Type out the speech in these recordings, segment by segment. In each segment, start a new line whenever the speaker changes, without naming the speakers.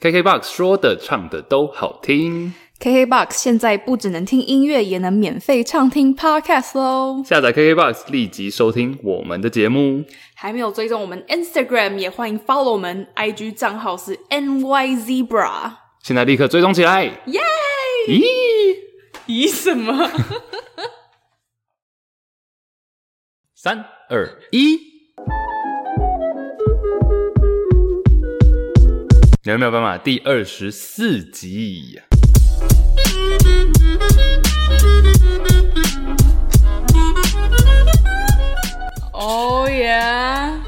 KKBOX 说的唱的都好听，
KKBOX 现在不只能听音乐，也能免费畅听 Podcast 喽。
下载 KKBOX 立即收听我们的节目。
还没有追踪我们 Instagram，也欢迎 follow 我们 IG 账号是 NYZebra。
现在立刻追踪起来！
耶！
咦，
咦什 么？
三二一，你有没有办法？第二十四集，
哦耶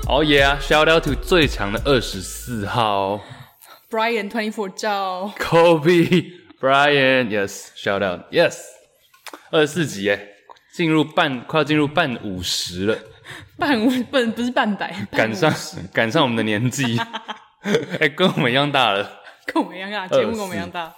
哦耶啊！Shout out to 最强的二十四号
！Brian Twenty Four 照
Kobe Brian，yes，shout out，yes，二十四集耶，进入半快要进入半五十了。
半五不不是半百，半
赶上
五十
赶上我们的年 纪，哎、跟我们一样大了。
跟我们一样大，节目跟我们一样大。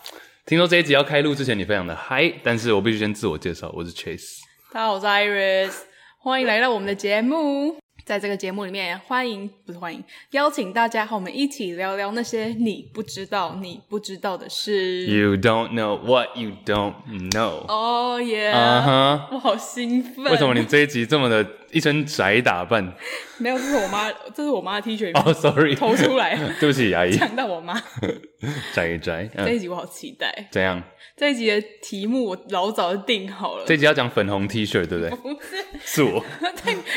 听说这一集要开录之前你非常的嗨，但是我必须先自我介绍，我是 Chase。
大家好，我是 Iris，欢迎来到我们的节目。在这个节目里面，欢迎不是欢迎，邀请大家和我们一起聊聊那些你不知道、你不知道的事。
You don't know what you don't know。
哦耶！
啊哈！
我好兴奋。
为什么你这一集这么的一身宅打扮？
没有？这是我妈，这是我妈的 T 恤，
哦、s o r r y
投出来
对不起，阿姨，
呛到我妈。
哦宅宅。
这
嗯，
一集我好期待，
怎样？
这一集的题目我老早就定好了。
这一集要讲粉红 T 恤，对不对？
不是，
是我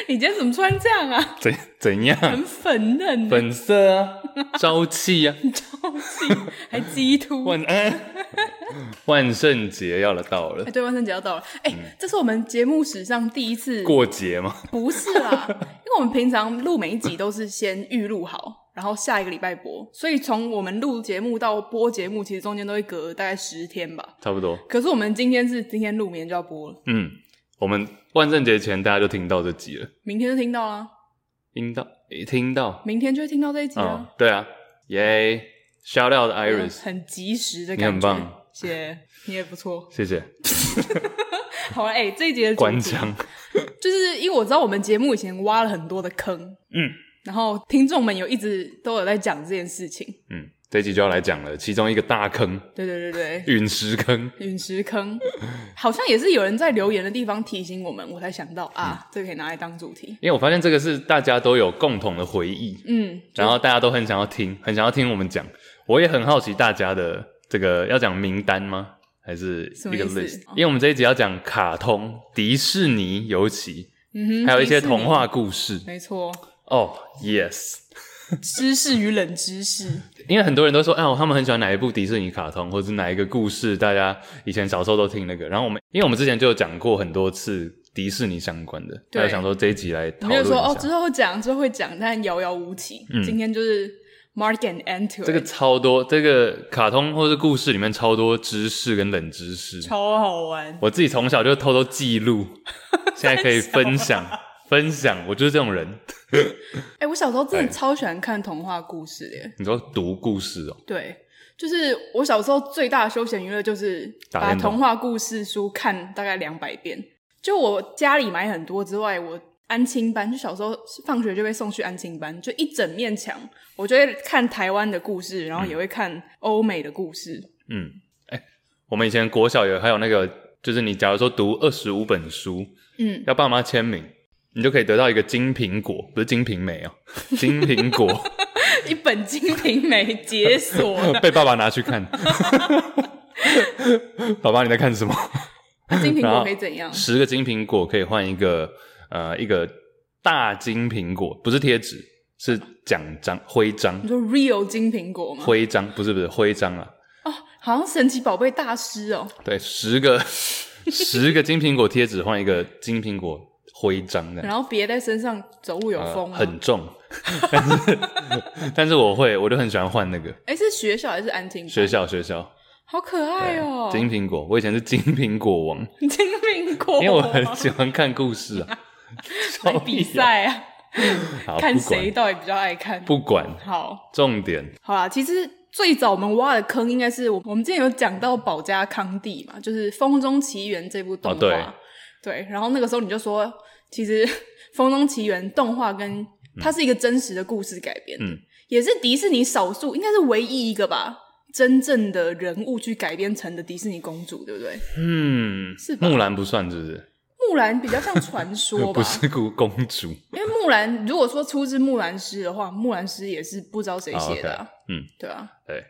你今天怎么穿这样啊？
怎怎样？
很粉嫩，
粉色啊，朝气啊，
超气，还鸡突。
万 安、万圣节要了到了
哎、，对，万圣节要到了，哎、这是我们节目史上第一次，
嗯过节吗？
不是啦，因为我们平常录每一集都是先预录好，然后下一个礼拜播，所以从我们录节目到播节目，其实中间都会隔大概十天吧。
差不多。
可是我们今天是今天录，明天就要播了，
嗯，我们万圣节前大家就听到这集了，
明天就听到啦，
听到诶听到
明天就会听到这一集
哦
啊，，
对啊，耶！Shout out
嗯
Iris，
很及时的
你
感觉，
很棒，
谢谢，你也不错。
谢谢。
好了，哎、这一节的主
关
题
枪，
就是因为我知道我们节目以前挖了很多的坑，
嗯
然后听众们有一直都有在讲这件事情，
嗯，这一集就要来讲了，其中一个大坑
对对对对
—— 陨石坑。
陨石坑，好像也是有人在留言的地方提醒我们，我才想到啊，
嗯
这个可以拿来当主题。
因为我发现这个是大家都有共同的回忆，
嗯，
然后大家都很想要听，很想要听我们讲。我也很好奇大家的这个要讲名单吗？还是
什
一
么
个
意思哦
list？因为我们这一集要讲卡通、迪士尼，尤其
嗯哼，
还有一些
迪士尼
童，话故事。
没错，
哦、y e s
知识与冷知识，
因为很多人都说，哎、他们很喜欢哪一部迪士尼卡通，或者是哪一个故事，大家以前小时候都听那个。然后我们，因为我们之前就有讲过很多次迪士尼相关的，大
对
家想说这一集来
我
讨
们
论
就
一
说
下。嗯
哦，之后会讲，之后会讲，但遥遥无期。今天就是 Mark and 哎 Enter，
这个超多，这个卡通或是故事里面超多知识跟冷知识，
超好玩，
我自己从小就偷偷记 录，现在可以分享分享。我就是这种人，
哎、我小时候真
哎
的超喜欢看童话故事的耶。
你说读故事哦，
对，就是我小时候最大的休闲娱乐就是
打
把
电动
童话故事书看大概两百遍。就我家里买很多之外，我安亲班就小时候放学就被送去安亲班，就一整面墙，我就会看台湾的故事，然后也会看欧美的故 事。
嗯，哎、我们以前国小有还有那个，就是你假如说读二十五本书，
嗯，
要爸妈签名，你就可以得到一个金苹果，不是金瓶梅哦， 金苹果
一本《金瓶梅》解锁的，
被爸爸拿去看。 爸爸你在看什么？
那《金苹
然
果
后》
可以怎样？
十个金苹果可以换一个呃一个大金苹果，不是贴纸，是奖章徽章
你，说 real 金苹果吗？
徽章不是不是徽章啊，
哦，好像神奇宝贝大师哦，
对，十个十个金苹果贴纸换一个金苹果徽章这样。
然后别在身上，走路有风、
呃
啊
很重， 但是 但是我会，我就很喜欢换那个
哎、是学校还是安亲班？
学校学校，
好可爱哦、
金苹果，我以前是金苹果王，
金苹果啊，
因为我很喜欢看故事啊，
来比赛啊，
好
看
不管
谁到底比较爱看。
不管，
好，
重点
好啦，其实最早我们挖的坑应该是我我们之前有讲到保加康帝嘛，就是《风中奇缘》这部动画、
哦对
对，然后那个时候你就说，其实《风中奇缘》动画跟它是一个真实的故事改编的，
嗯
也是迪士尼少数，应该是唯一一个吧，真正的人物去改编成的迪士尼公主，对不对？
嗯，
是吧
木兰不算是不是？
木兰比较像传 说吧
不，是故公主
因为木兰如果说出自木兰诗的话，木兰诗也是不知道谁写的、
哦
啊
，OK 嗯，
对啊，
对。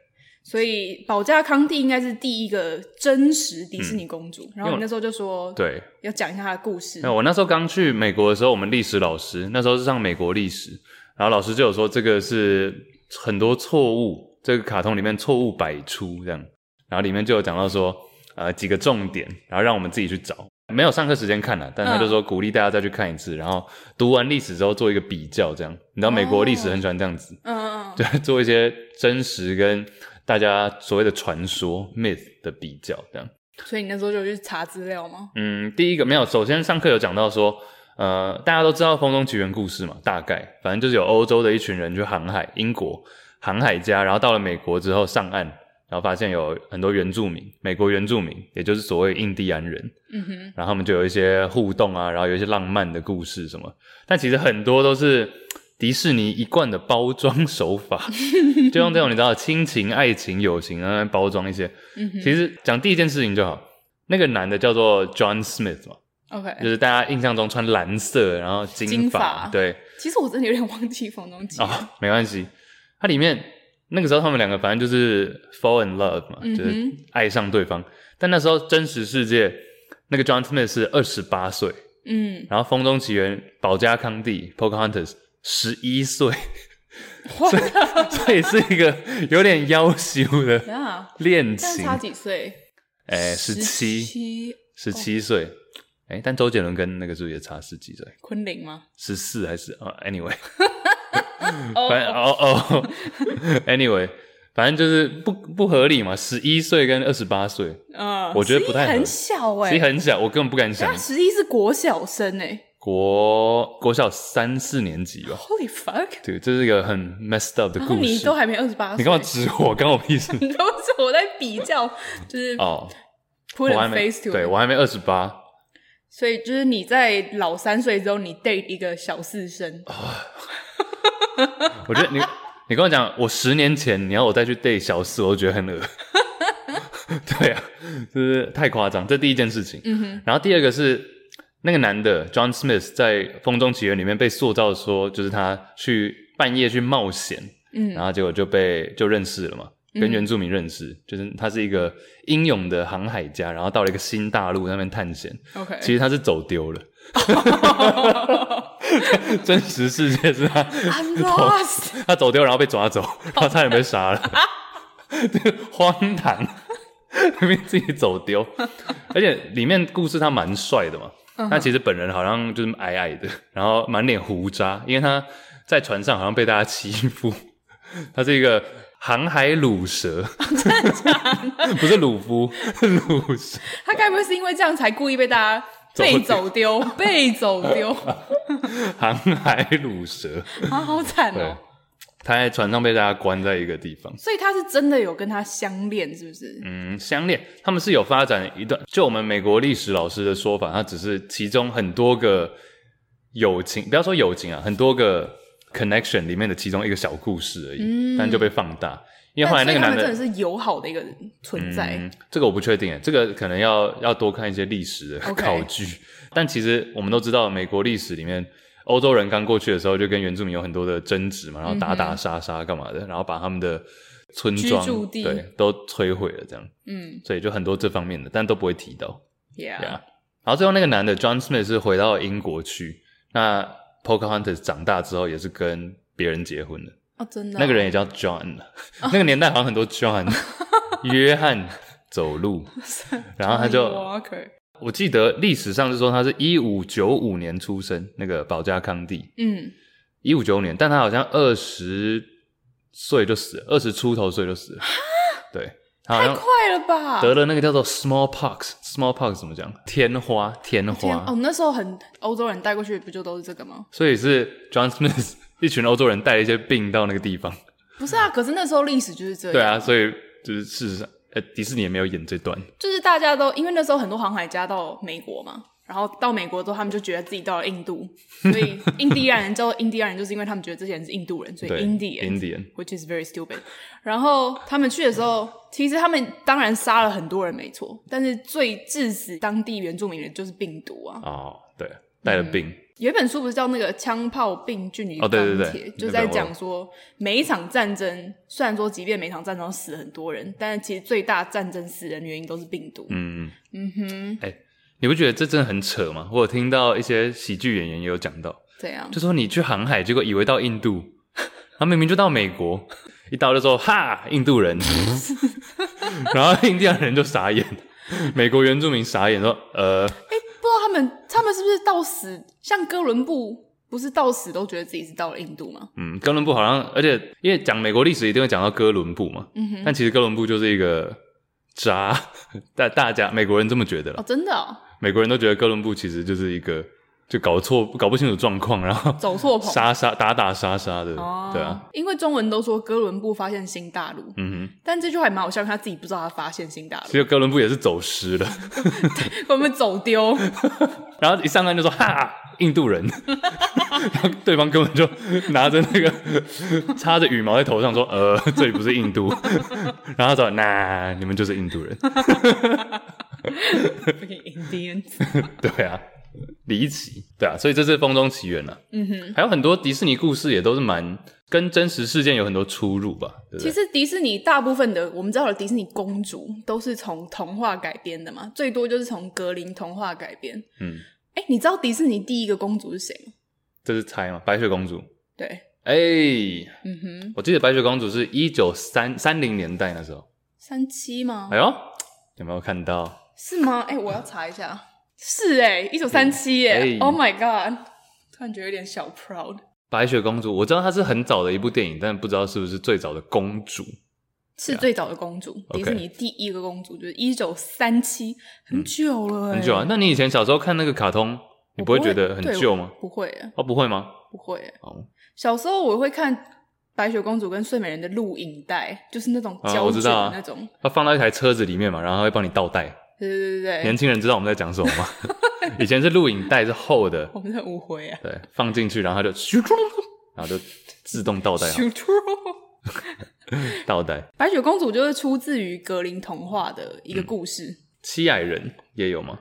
所以保加康帝应该是第一个真实迪士尼公主，然
嗯因为
后
我
你那时候就说
对。
要讲一下她的故事，
那我那时候刚去美国的时候，我们历史老师那时候是上美国历史，然后老师就有说这个是很多错误，这个卡通里面错误百出这样，然后里面就有讲到说呃几个重点，然后让我们自己去找。没有上课时间看了、但他就说鼓励大家再去看一次，然后读完历史之后做一个比较，这样你知道美国历史很喜欢这样子，
嗯嗯嗯，
对，做一些真实跟大家所谓的传说 myth 的比较，这样。
所以你那时候就去查资料吗？
嗯，第一个没有，首先上课有讲到说，呃，大家都知道《风中奇缘》故事嘛，大概反正就是有欧洲的一群人去航海，英国航海家，然后到了美国之后上岸，然后发现有很多原住民，美国原住民，也就是所谓印第安人，
嗯哼，
然后他们就有一些互动啊，然后有一些浪漫的故事什么，但其实很多都是迪士尼一贯的包装手法，就用这种你知道亲情、爱情、友情啊来包装一些。其实讲第一件事情就好，那个男的叫做 John Smith 嘛，就
OK，
是大家印象中穿蓝色，然后
哎金
金
发
发，对，
其实我真的有点忘记《风中奇缘》
哦，没关系。它里面那个时候他们两个反正就是 fall in love 嘛，
嗯哼
就是爱上对方。但那时候真实世界，那个 John Smith 是二十八岁，
嗯，
然后《风中奇缘》保加康帝 Pocahontas 十一岁，
哇，
所 以是一个有点妖羞的
呀，
恋
这样
情
差。几岁？
哎，十七
七，哦
十七岁，哎、但周杰伦跟那个是不是也差十几岁？
昆凌吗？
十四还是啊、a n y w a y
哦
反正哦哦，anyway，反正就是不不合理嘛，十一岁跟二十八岁，
嗯，
我觉得不太
11
合
很小哎、
其实很小，我根本不敢想
他。十一是国小生哎、
国国小三四年级吧，
h o l y fuck！
对，这是一个很 messed up 的
然
故
后
事。
你都还没二十八岁，？
你干嘛指我？关我屁事
你都是我在比较，就是
哦，我
put
还
a
没，
face to
对
it
我还没二十八，
所以就是你在老三岁之后，你 date 一个小四生，
哦我觉得 你你跟我讲，我十年前你要我再去 date 小四，我都觉得很 恶。对啊，就是太夸张。这第一件事情。嗯哼。然后第二个是那个男的 John Smith 在《风中奇缘》里面被塑造说，就是他去半夜去冒险，
嗯
然后结果就被就认识了嘛。跟原住民认识，就是他是一个英勇的航海家，然后到了一个新大陆那边探险。
，OK，
其实他是走丢了， 真实世界是他
I'm lost，
他走丢，然后被抓走，然后差点被杀了， 这个荒唐，明明自己走丢，而且里面故事他蛮帅的嘛，他其实本人好像就是矮矮的，然后满脸胡渣，因为他在船上好像被大家欺负，他是一个航海鲁蛇， 不是鲁夫，是鲁蛇，
他该不会是因为这样才故意被大家
走丢
被走丢，被 走丢
航海鲁蛇，
啊，好惨
对
哦！。
他在船上被大家关在一个地方，
所以他是真的有跟他相恋，是不是？
嗯，相恋，他们是有发展一段。就我们美国历史老师的说法，它只是其中很多个友情，不要说友情啊，很多个 connection 里面的其中一个小故事而已，但就被放大。因为后来那个
嗯但所
男
以他们
的，
真的是友好的一个存在，
嗯，这个我不确定耶，这个可能要要多看一些历史的
OK
考据。但其实我们都知道，美国历史里面，欧洲人刚过去的时候就跟原住民有很多的争执嘛，然后打打杀杀干嘛的，然后把他们的村庄
嗯居住地
对都摧毁了，这样，
嗯
所以就很多这方面的，但都不会提到。对
，Yeah，
啊，然后最后那个男的 John Smith 是回到英国去，那 Pocahontas 长大之后也是跟别人结婚的。
哦，真的哦，
那个 人也叫 John，、那个年代好像很多 John，约翰走路，然后他
Johnny
就，
Walker
我记得历史上是说他是一五九五年出生，那个保加康帝，
嗯，
一五九年，但他好像二十岁就死了，二十出头岁就死了，对，他好
啊太
像
快了吧？
得了那个叫做 smallpox，smallpox 怎么讲？天花，天
天
花，
哦，那时候很欧洲人带过去不就都是这个吗？
所以是 John Smith 一群欧洲人带了一些病到那个地方，
不是啊，
嗯
可是那时候历史就是这样，
对啊，所以就是事实上，呃，迪士尼也没有演这段。
就是大家都因为那时候很多航海家到美国嘛，然后到美国之后，他们就觉得自己到了印度，所以印第安人叫印第安人，就是因为他们觉得这些人是印度人，所以
对
Indian。
Indian，
which is very stupid。然后他们去的时候，其实他们当然杀了很多人，没错，但是最致死当地原住民的就是病毒啊。
哦，对，带了病，
有一本书不是叫那个《枪炮病菌与
哦
钢铁》
对对对
就
那
在
本我
讲说每一场战争，虽然说即便每场战争都死很多人，但是其实最大战争死人的原因都是病毒。
嗯，哎
嗯哼，
你不觉得这真的很扯吗？我有听到一些喜剧演员也有讲到，
这样
就说你去航海，结果以为到印度， 他明明就到美国，一到就说哈印度人， 然后印第安人就傻眼，美国原住民傻眼说呃
不知道他们他们是不是到死，像哥伦布不是到死都觉得自己是到了印度吗？
嗯，哥伦布好像，而且因为讲美国历史一定会讲到哥伦布嘛，
嗯哼，
但其实哥伦布就是一个渣， 大大家美国人这么觉得
哦，
了，
真的、哦、
美国人都觉得哥伦布其实就是一个就搞错搞不清楚状况，然后
走错棚
杀杀打打杀杀的，
哦，
对啊，，
因为中文都说哥伦布发现新大陆，
嗯哼，
但这句话也蛮好笑，因为他自己不知道他发现新大
其实哥伦布也是走失了。
陆， 会不会走丢？
然后一上岸就说哈，印度人， 然后对方根本就拿着那个 插着羽毛在头上说，呃，这里不是印度， 然后他说那你们就是印度人，
印第安
对啊，离奇，对啊，所以这是《风中奇缘》啊，嗯哼，还有很多迪士尼故事也都是蛮跟真实事件有很多出入吧，对不
其
对？
实迪士尼大部分的我们知道的迪士尼公主都是从童话改编的嘛，最多就是从格林童话改编。
嗯，
哎，你知道迪士尼第一个公主是谁吗？
这是猜吗？白雪公主，
对，
哎、
嗯哼，
我记得白雪公主是一九三三零年代那时候，
三七吗
哎？呦，有没有看到？
是 吗？哎，我要查一下。是哎，一九三七耶
哎
！Oh my god！突然觉得有点小 proud。
白雪公主，我知道它是很早的一部电影，但不知道是不是最早的公主。
是最早的公主
OK
迪士尼第一个公主就是一九三七，很久了、欸
很久啊，，那你以前小时候看那个卡通，你
我
不会觉得很
对
旧吗？
我不会欸，
哦，不会吗？
不会欸。
哦，
小时候我会看白雪公主跟睡美人的录影带，就是那种
啊
胶
我
卷
知道啊
的那种。
它放到一台车子里面嘛，然后它会帮你倒带。
对对对对
年
对，
轻人知道我们在讲什么吗？ 以前是录影带，是厚的，
我们的误会啊。
对，放进去，然后它就咻，然后就自动倒带啊好，
Shoot through
倒带。
白雪公主就是出自于格林童话的一个故事。
七矮人也有吗？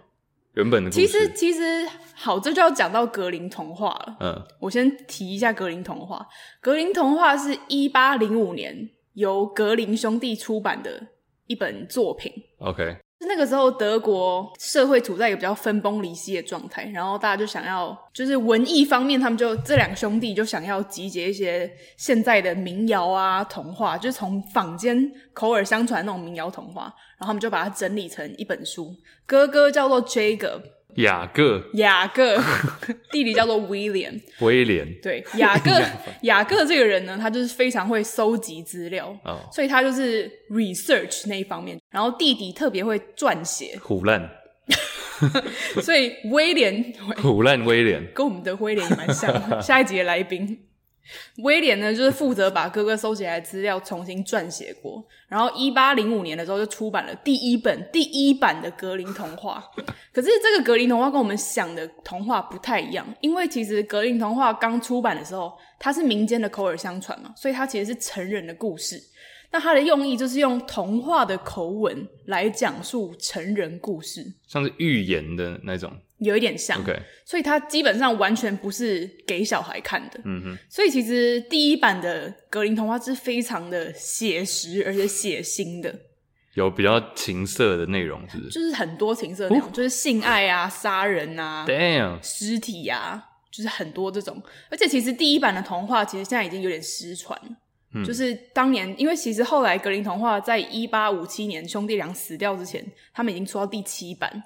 原本的故事，
其实其实好，这就要讲到格林童话了。
嗯，
我先提一下格林童话。格林童话是一八零五年由格林兄弟出版的一本作品。
，OK，
那个时候，德国社会处在一个比较分崩离析的状态，然后大家就想要，就是文艺方面，他们就这两个兄弟就想要集结一些现在的民谣啊、童话，就是从坊间口耳相传那种民谣童话，然后他们就把它整理成一本书。哥哥叫做 Jacob，
雅各、
雅各， 弟弟叫做 William。
威廉，
对， 雅各
样
雅各这个人呢，他就是非常会搜集资料，
哦，
所以他就是 research 那一方面。然后弟弟特别会撰写，
虎烂，
所以威廉
虎烂威廉，
跟我们的威廉也蛮像的。下一集的来宾。威廉呢，就是负责把哥哥收集来的资料重新撰写过，然后一八零五年的时候就出版了第一本第一版的格林童话。可是这个格林童话跟我们想的童话不太一样，因为其实格林童话刚出版的时候，它是民间的口耳相传嘛，所以它其实是成人的故事。那它的用意就是用童话的口吻来讲述成人故事，
像是预言的那种。
有一点像。
OK，
所以它基本上完全不是给小孩看的。
嗯哼，
所以其实第一版的格林童话是非常的写实，而且血腥的，
有比较情色的内容，是不是
就是很多情色内
哦
容，就是性爱啊、杀人啊、
？Damn，
尸体啊，就是很多这种。而且其实第一版的童话其实现在已经有点失传了。
嗯
就是当年，因为其实后来格林童话在一八五七年兄弟俩死掉之前，他们已经出到第七版。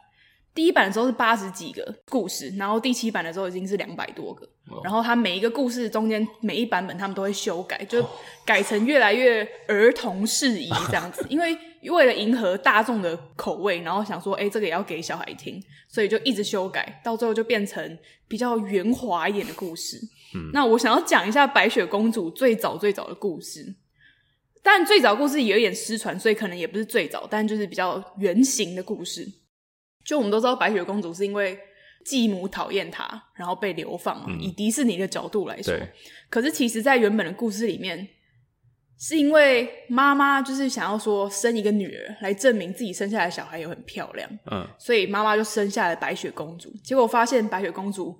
第一版的时候是八十几个故事，然后第七版的时候已经是两百多个。
哦
然后它每一个故事中间每一版本他们都会修改，就改成越来越儿童适宜这样子。因为为了迎合大众的口味，然后想说，哎、这个也要给小孩听，所以就一直修改，到最后就变成比较圆滑一点的故事。
嗯
那我想要讲一下白雪公主最早最早的故事，但最早故事也有点失传，所以可能也不是最早，但就是比较原型的故事。就我们都知道，白雪公主是因为继母讨厌他，然后被流放嘛。
嗯
以迪士尼的角度来说
对，
可是其实，在原本的故事里面，是因为妈妈就是想要说生一个女儿来证明自己生下来的小孩也很漂亮，
嗯，
所以妈妈就生下了白雪公主。结果发现白雪公主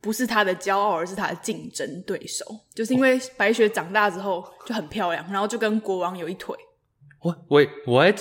不是她的骄傲，而是她的竞争对手，就是因为白雪长大之后就很漂亮，然后就跟国王有一腿。
我喂 what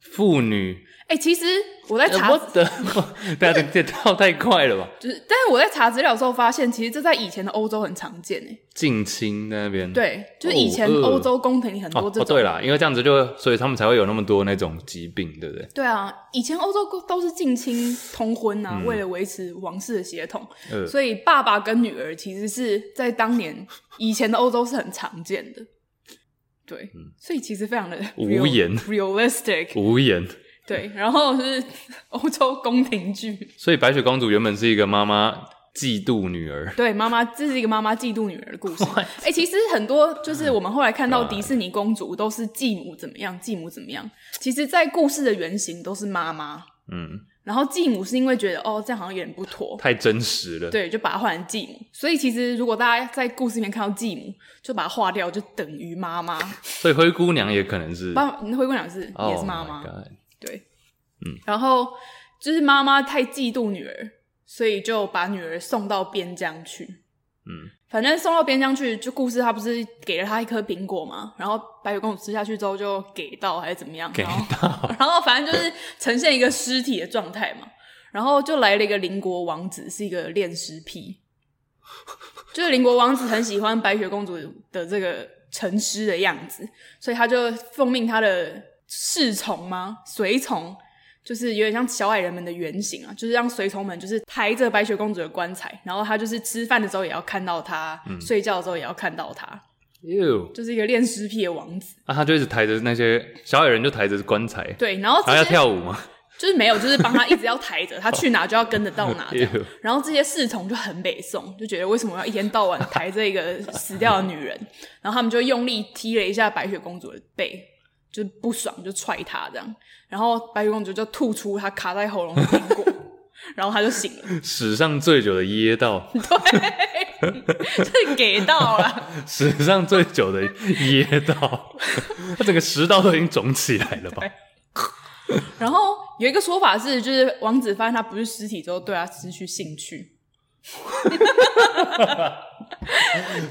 妇女
哎、其实我在
呃
查
what the 大家这跳太快了吧？
就是，但是我在查资料的时候发现，其实这在以前的欧洲很常见诶、
近亲那边
对，就是以前
哦呃
欧洲宫廷里很多
哦
这
哦
种。
对啦，因为这样子就所以他们才会有那么多那种疾病，对不对？
对啊，以前欧洲都都是近亲通婚啊，
嗯
为了维持王室的血统，
呃，
所以爸爸跟女儿其实是在当年以前的欧洲是很常见的。对，所以其实非常的
嗯无
real-
言
realistic。
无言。
对，然后是欧洲宫廷剧，
所以白雪公主原本是一个妈妈嫉妒女儿，
对，妈妈这是一个妈妈嫉妒女儿的故 事。哎、其实很多就是我们后来看到迪士尼公主都是继母怎么样，继母怎么样，其实，在故事的原型都是妈妈。
嗯，
然后继母是因为觉得哦，这样好像有点不妥，
太真实了。，
对，就把它换成继母。所以其实如果大家在故事里面看到继母，就把它划掉，就等于妈妈。
所以灰姑娘也可能是
爸，灰姑娘是、也是
Oh
妈
my
妈，
God
对，
嗯。
然后就是妈妈太嫉妒女儿，所以就把女儿送到边疆去。
嗯，
反正送到边疆去，就故事她不是给了她一颗苹果嘛，然后白雪公主吃下去之后就给到还是怎么样，
给
然后
到
然后反正就是呈现一个尸体的状态嘛。然后就来了一个邻国王子，是一个恋尸癖，就是邻国王子很喜欢白雪公主的这个沉尸的样子，所以他就奉命他的侍从吗？随从。就是有点像小矮人们的原型啊，就是让随从们就是抬着白雪公主的棺材，然后他就是吃饭的时候也要看到她，
嗯
睡觉的时候也要看到她，
哟
就是一个恋尸癖的王子。
啊，她就一直抬着那些小矮人，就抬着棺材，
对，然后这
然后要
些
跳舞吗？
就是没有，就是帮他一直要抬着，他去哪就要跟得 到哪这样
哎呦。
然后这些侍从就很北宋，就觉得为什么要一天 到晚抬着一个死掉的女人？然后他们就用力踢了一下白雪公主的背，就是不爽就踹她这样。然后白雪公主就吐出她卡在喉咙的苹 果，然后她就醒了，
史上最久的噎到，
就是给到了。
史上最久的噎 到，他整个食道都已经肿起来了吧？
然后有一个说法是，就是王子发现他不是尸体之后，对他失去兴趣。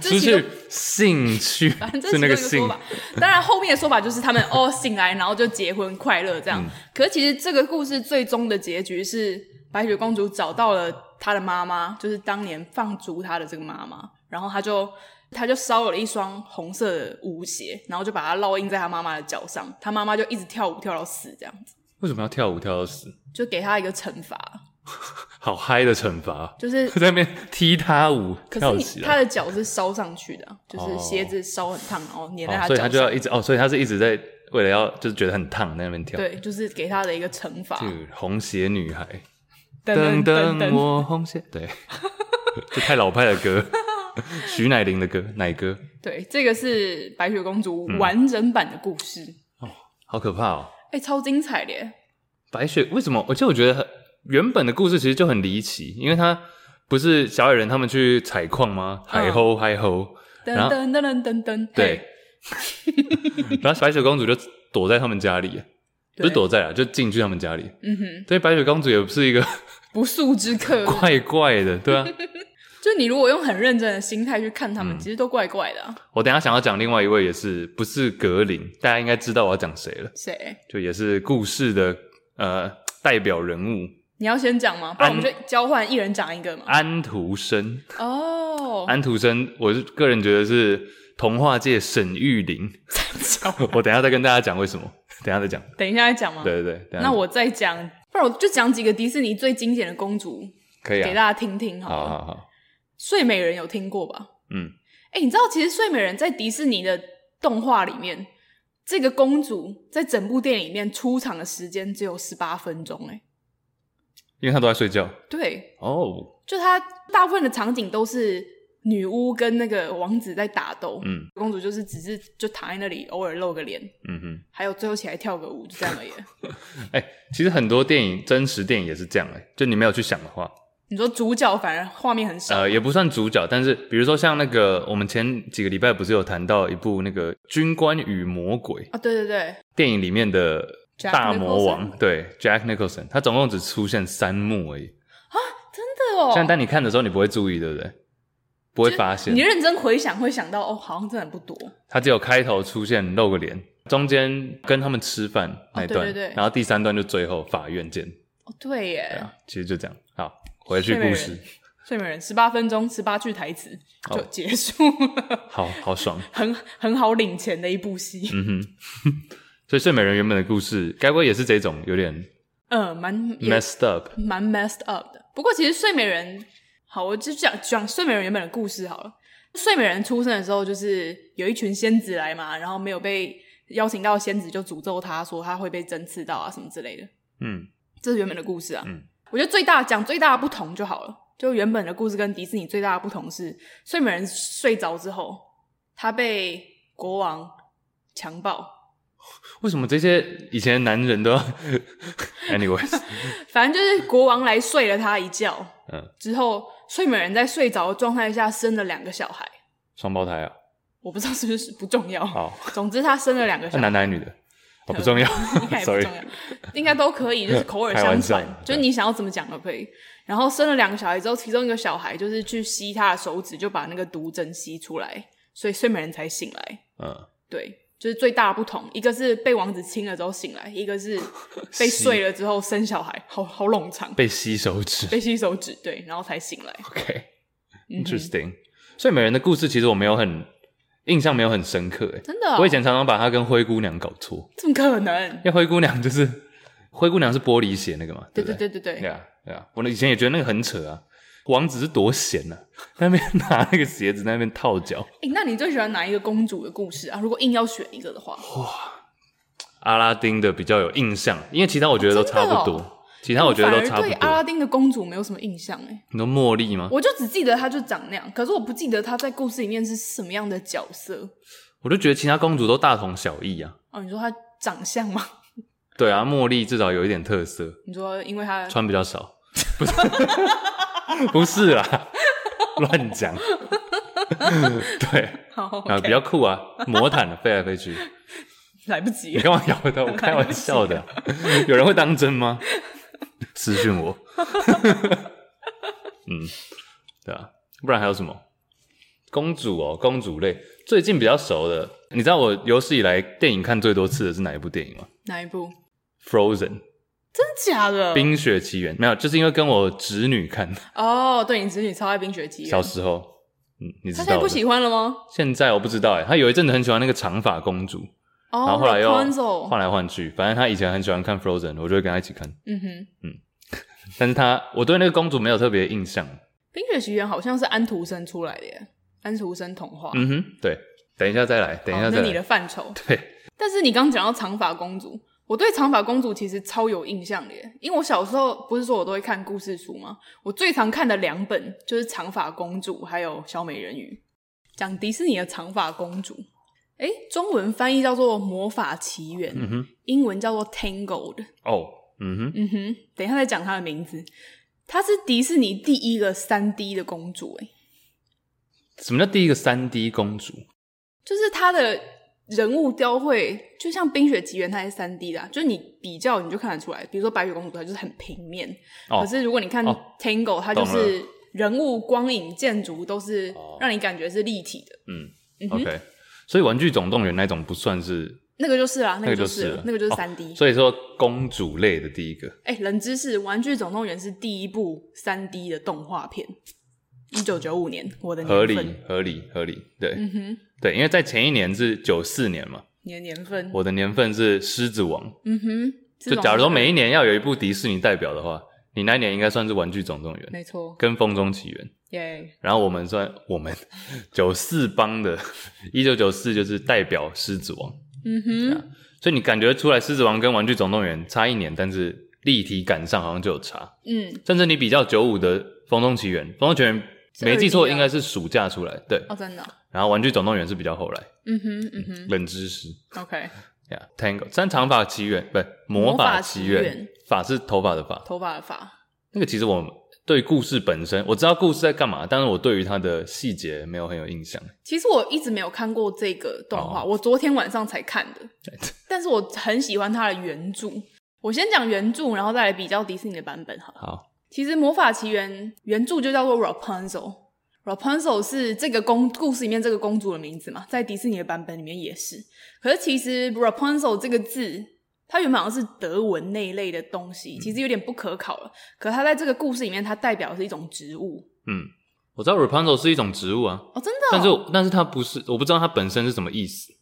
这
失
其
去
中
兴趣
反正这
是那
个
兴
说，法。 当然，后面的说法就是他们哦醒来，然后就结婚快乐这样。
嗯
可是其实这个故事最终的结局是，白雪公主找到了她的妈妈，就是当年放逐她的这个妈妈，然后她就。她就烧了一双红色的舞鞋，然后就把它烙印在她妈妈的脚上，她妈妈就一直跳舞跳到死，这样子
为什么要跳舞跳到死？
就给她一个惩罚，
好嗨的惩罚，啊
就是
在那边踢踏舞
可
跳
是
起
你她
来，
的脚是烧上去的啊，就是鞋子烧很烫，然后粘在
哦
她
所以他
脚
就
上，
要一直哦，所以他是一直在为了要就是觉得很烫在那边跳。
对，就是给她的一个惩罚。
对，红鞋女孩，
噔
噔噔，我红鞋，对， 这太老派的歌， 徐乃麟的歌，奶歌，
对，这个是白雪公主
嗯
完整版的故事，
好可怕哦！
哎、超精彩的耶！
白雪为什么？而且我觉得很原本的故事其实就很离奇，因为他不是小矮人他们去采矿吗？
嗯
海吼海吼，
噔
然后
噔噔噔噔噔，
对
嘿，
然后白雪公主就躲在他们家里，不是
对
躲在啊，就进去他们家里。
嗯哼，
所以白雪公主也不是一个
不速之客。
怪怪的，对啊。
就你如果用很认真的心态去看他
嗯
们，其实都怪怪的、啊。
我等一下想要讲另外一位也是不是格林，大家应该知道我要讲谁了，
谁？
就也是故事的呃代表人物
你要先讲吗？不然我们就交换，一人讲一个嘛。
安徒生。
哦，
安徒生，我是个人觉得是童话界沈玉琳。
哦
我等一下再跟大家讲为什么，等一下再讲。
等一下再讲嘛。
对对对，等一下
哦那我再讲，不然我就讲几个迪士尼最经典的公主
可以
给
啊，
大家听听好
好
了。
好好，
睡美人有听过吧？
嗯，
哎、你知道其实睡美人在迪士尼的动画里面，这个公主在整部电影里面出场的时间只有十八分钟、欸，
因为他都在睡觉
对，
哦，
就她大部分的场景都是女巫跟那个王子在打斗，
嗯
公主就是只是就躺在那里，偶尔露个脸，
嗯哼。
还有最后起来跳个舞，就这样而已。
欸哎、其实很多电影，真实电影也是这样哎、就你没有去想的话，
你说主角反而画面很少，
呃，也不算主角，但是比如说像那个，我们前几个礼拜不是有谈到一部那个《军官与魔鬼》
啊，对对对，
电影里面的
Jack
大魔王，对 Jack Nicholson，他总共只出现三幕而已。
哦真的哦。
像当你看的时候，你不会注意，对不对？不会发现
你，认真回想会想到，哦，好像真的不多。
他只有开头出现露个脸，中间跟他们吃饭那一段，
哦对对对
然后第三段就最后法院见，
哦，对耶，
对啊，其实就这样。好，回去
睡美
故
人
事，
睡美人十八分钟，十八句台词
好
就结束了，
好好爽，
很很好领钱的一部戏。
嗯哼。所以睡美人原本的故事，该不会也是这种有点
嗯，蛮也
messed up？
蛮 messed up 的。不过其实睡美人，好，我就讲讲睡美人原本的故事好了。睡美人出生的时候，就是有一群仙子来嘛，然后没有被邀请到，仙子就诅咒她说她会被针刺到啊什么之类的。
嗯，
这是原本的故事啊。
嗯
我觉得最大讲最大的不同就好了，就原本的故事跟迪士尼最大的不同是，睡美人睡着之后，她被国王强暴。
为什么这些以前的男人都要 ？anyways，
反正就是国王来睡了她一觉，
嗯，
之后睡美人在睡着的状态下生了两个小孩，
双胞胎啊，
我不知道是不是不重要。
好，
总之她生了两个小
那
孩，
啊男的还是女的？哦，不重要
应该也不
，sorry，
重要，应该都可以，就是口耳相 传
开玩笑，
就是你想要怎么讲都可以。然后生了两个小孩之后，其中一个小孩就是去吸她的手指，就把那个毒针吸出来，所以睡美人才醒来。
嗯，
对，就是最大的不同，一个是被王子亲了之后醒来，一 个是被睡了之后生小孩，好好冗长，
被吸手指。
被吸手指，对，然后才醒来。嗯哼
OK，interesting、所以美人的故事其实我没有很印象，没有很深刻。哎，
真的哦、
我以前常常把她跟灰姑娘搞错，
怎么可能
因？为灰姑娘就是灰姑娘是玻璃鞋那个嘛，
对
不
对对对对
对，啊对啊，我以前也觉得那个很扯啊。王子是多闲啊，那边拿那个鞋子，那边套脚。
哎、那你最喜欢哪一个公主的故事啊？如果硬要选一个的话，
阿拉丁的比较有印象，因为其他我觉得都差不多，
哦真的
其他我觉得都差
反
不
而对
多。
阿拉丁的公主没有什么印象哎、
你说茉莉吗？
我就只记得她就长那样，可是我不记得她在故事里面是什么样的角色。
我就觉得其他公主都大同小异啊。
哦，你说她长相吗？
对啊，茉莉至少有一点特色，
你说因为她
穿比较少， 不是不是啦，乱讲。对
好、
啊，比较酷啊，魔毯飞来飞去。
来不及
你
了，
干嘛摇头？我开玩笑的，有人会当真吗？私讯我。嗯，对啊，不然还有什么？公主哦，公主类最近比较熟的，你知道我有史以来电影看最多次的是哪一部电影吗
哪一部？
？Frozen，
真假的？
《冰雪奇缘》没有，就是因为跟我侄女看，
哦，对你侄女超爱冰雪奇
小
缘，
时候，嗯，你知道
她现在
的
不喜欢了吗？
现在我不知道哎，她有一阵子很喜欢那个长发公主，
哦，
然后后来又
Rapunzel
换来换去，反正她以前很喜欢看 Frozen，我就会跟她一起看。
嗯哼，
但是她，我对那个公主没有特别印
哦
象。
冰雪奇缘好像是安徒生出来的耶，安徒生童话。
嗯哼，对，等一下再来，等一
好
下
那
再
你的
来。
范畴。
对，
但是你刚讲到长发公主，我对长发公主其实超有印象的耶，因为我小时候不是说我都会看故事书吗？我最常看的两本就是《长发公主》还有《小美人鱼》，讲迪士尼的长发公主。诶，中文翻译叫做《魔法奇缘》，
嗯哼，
英文叫做《Tangled》。
哦，嗯哼，
嗯哼，等一下再讲她的名字。她是迪士尼第一个三 D 的公主，诶，
什么叫第一个三 D 公主？
就是她的人物雕绘，就像《冰雪奇缘》，它是三 D 的啊、就是你比较你就看得出来。比如说白雪公主，它就是很平面，
哦
可是如果你看
哦
Tango，、它就
懂了
是人物、光影、建筑都是
哦
让你感觉是立体的。
嗯
嗯哼
，OK。所以《玩具总动员》那种不算是，
那个就是啦，那
那
个
个就
就是
是了
那个就是
哦
三 D。
所以说公主类的第一个。
哎、冷知识，《玩具总动员》是第一部三 D 的动画片，一九九五年，我的
合
年
理
份，，嗯
合理，合理，对，对，因为在前一年是九四年嘛，
你的年份，
我的年份是《狮子王》，
嗯哼，
就假如说每
没
一年要有一部迪士尼代表的话，你那一年应该算是《玩具总动员》
没错，
跟《风中奇缘》，
耶、
然后我们算我们九四帮的，一九九四就是代表《狮子王》，
嗯哼，
所以你感觉出来《狮子王》跟《玩具总动员》差一年，但是立体感上好像就有差，
嗯，
甚至你比较九五的《风中奇缘》，《风中奇缘》没记错
是二 D 啊
应该是暑假出来，对，
哦，真的哦，
然后《玩具总动员》是比较后来，
嗯哼，嗯哼
冷知识。
，OK，
呀、yeah,，Tango 三长发奇缘，不是魔
魔法
奇
奇
缘
缘，
发是头发的发。
头发的发，
那个其实我对故事本身，我知道故事在干嘛，但是我对于它的细节没有很有印象。
其实我一直没有看过这个动画，
哦，
我昨天晚上才看的但是我很喜欢它的原著。我先讲原著，然后再来比较迪士尼的版本好了。
好，
其实《魔法奇缘》原著就叫做 Rapunzel。Rapunzel 是这个公故事里面这个公主的名字嘛，在迪士尼的版本里面也是。可是其实 Rapunzel 这个字，它原本好像是德文那一类的东西，
嗯
其实有点不可考了。可它在这个故事里面，它代表的是一种植物
嗯，我知道 Rapunzel 是一种植物啊，
哦，真的哦、
但是我但是它不是，我不知道它本身是什么意思。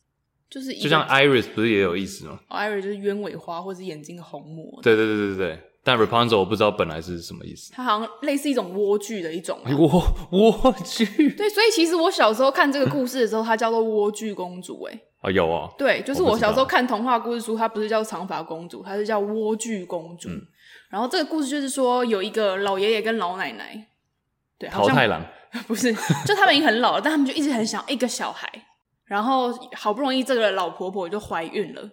就是一个
就像 Iris 不是也有意思吗？
哦，Iris 就是鸢尾花或者是眼睛的虹膜，
对对对对对。但 Rapunzel 我不知道本来是什么意 思。
它好像类似一种莴苣的一种嘛。
哎我我去
对，所以其实我小时候看这个故事的时候，它叫做莴苣公主、欸，
啊，有哦，
对，就是
我不
我
知道
小时候看童话故事书，它不是叫长发公主，它是叫莴苣公主。
嗯
然后这个故事就是说，有一个老爷爷跟老奶奶，对，好
桃
像
太郎
不是，就他们已经很老了，但他们就一直很想要一个小孩。然后好不容易这个老婆婆就怀孕了，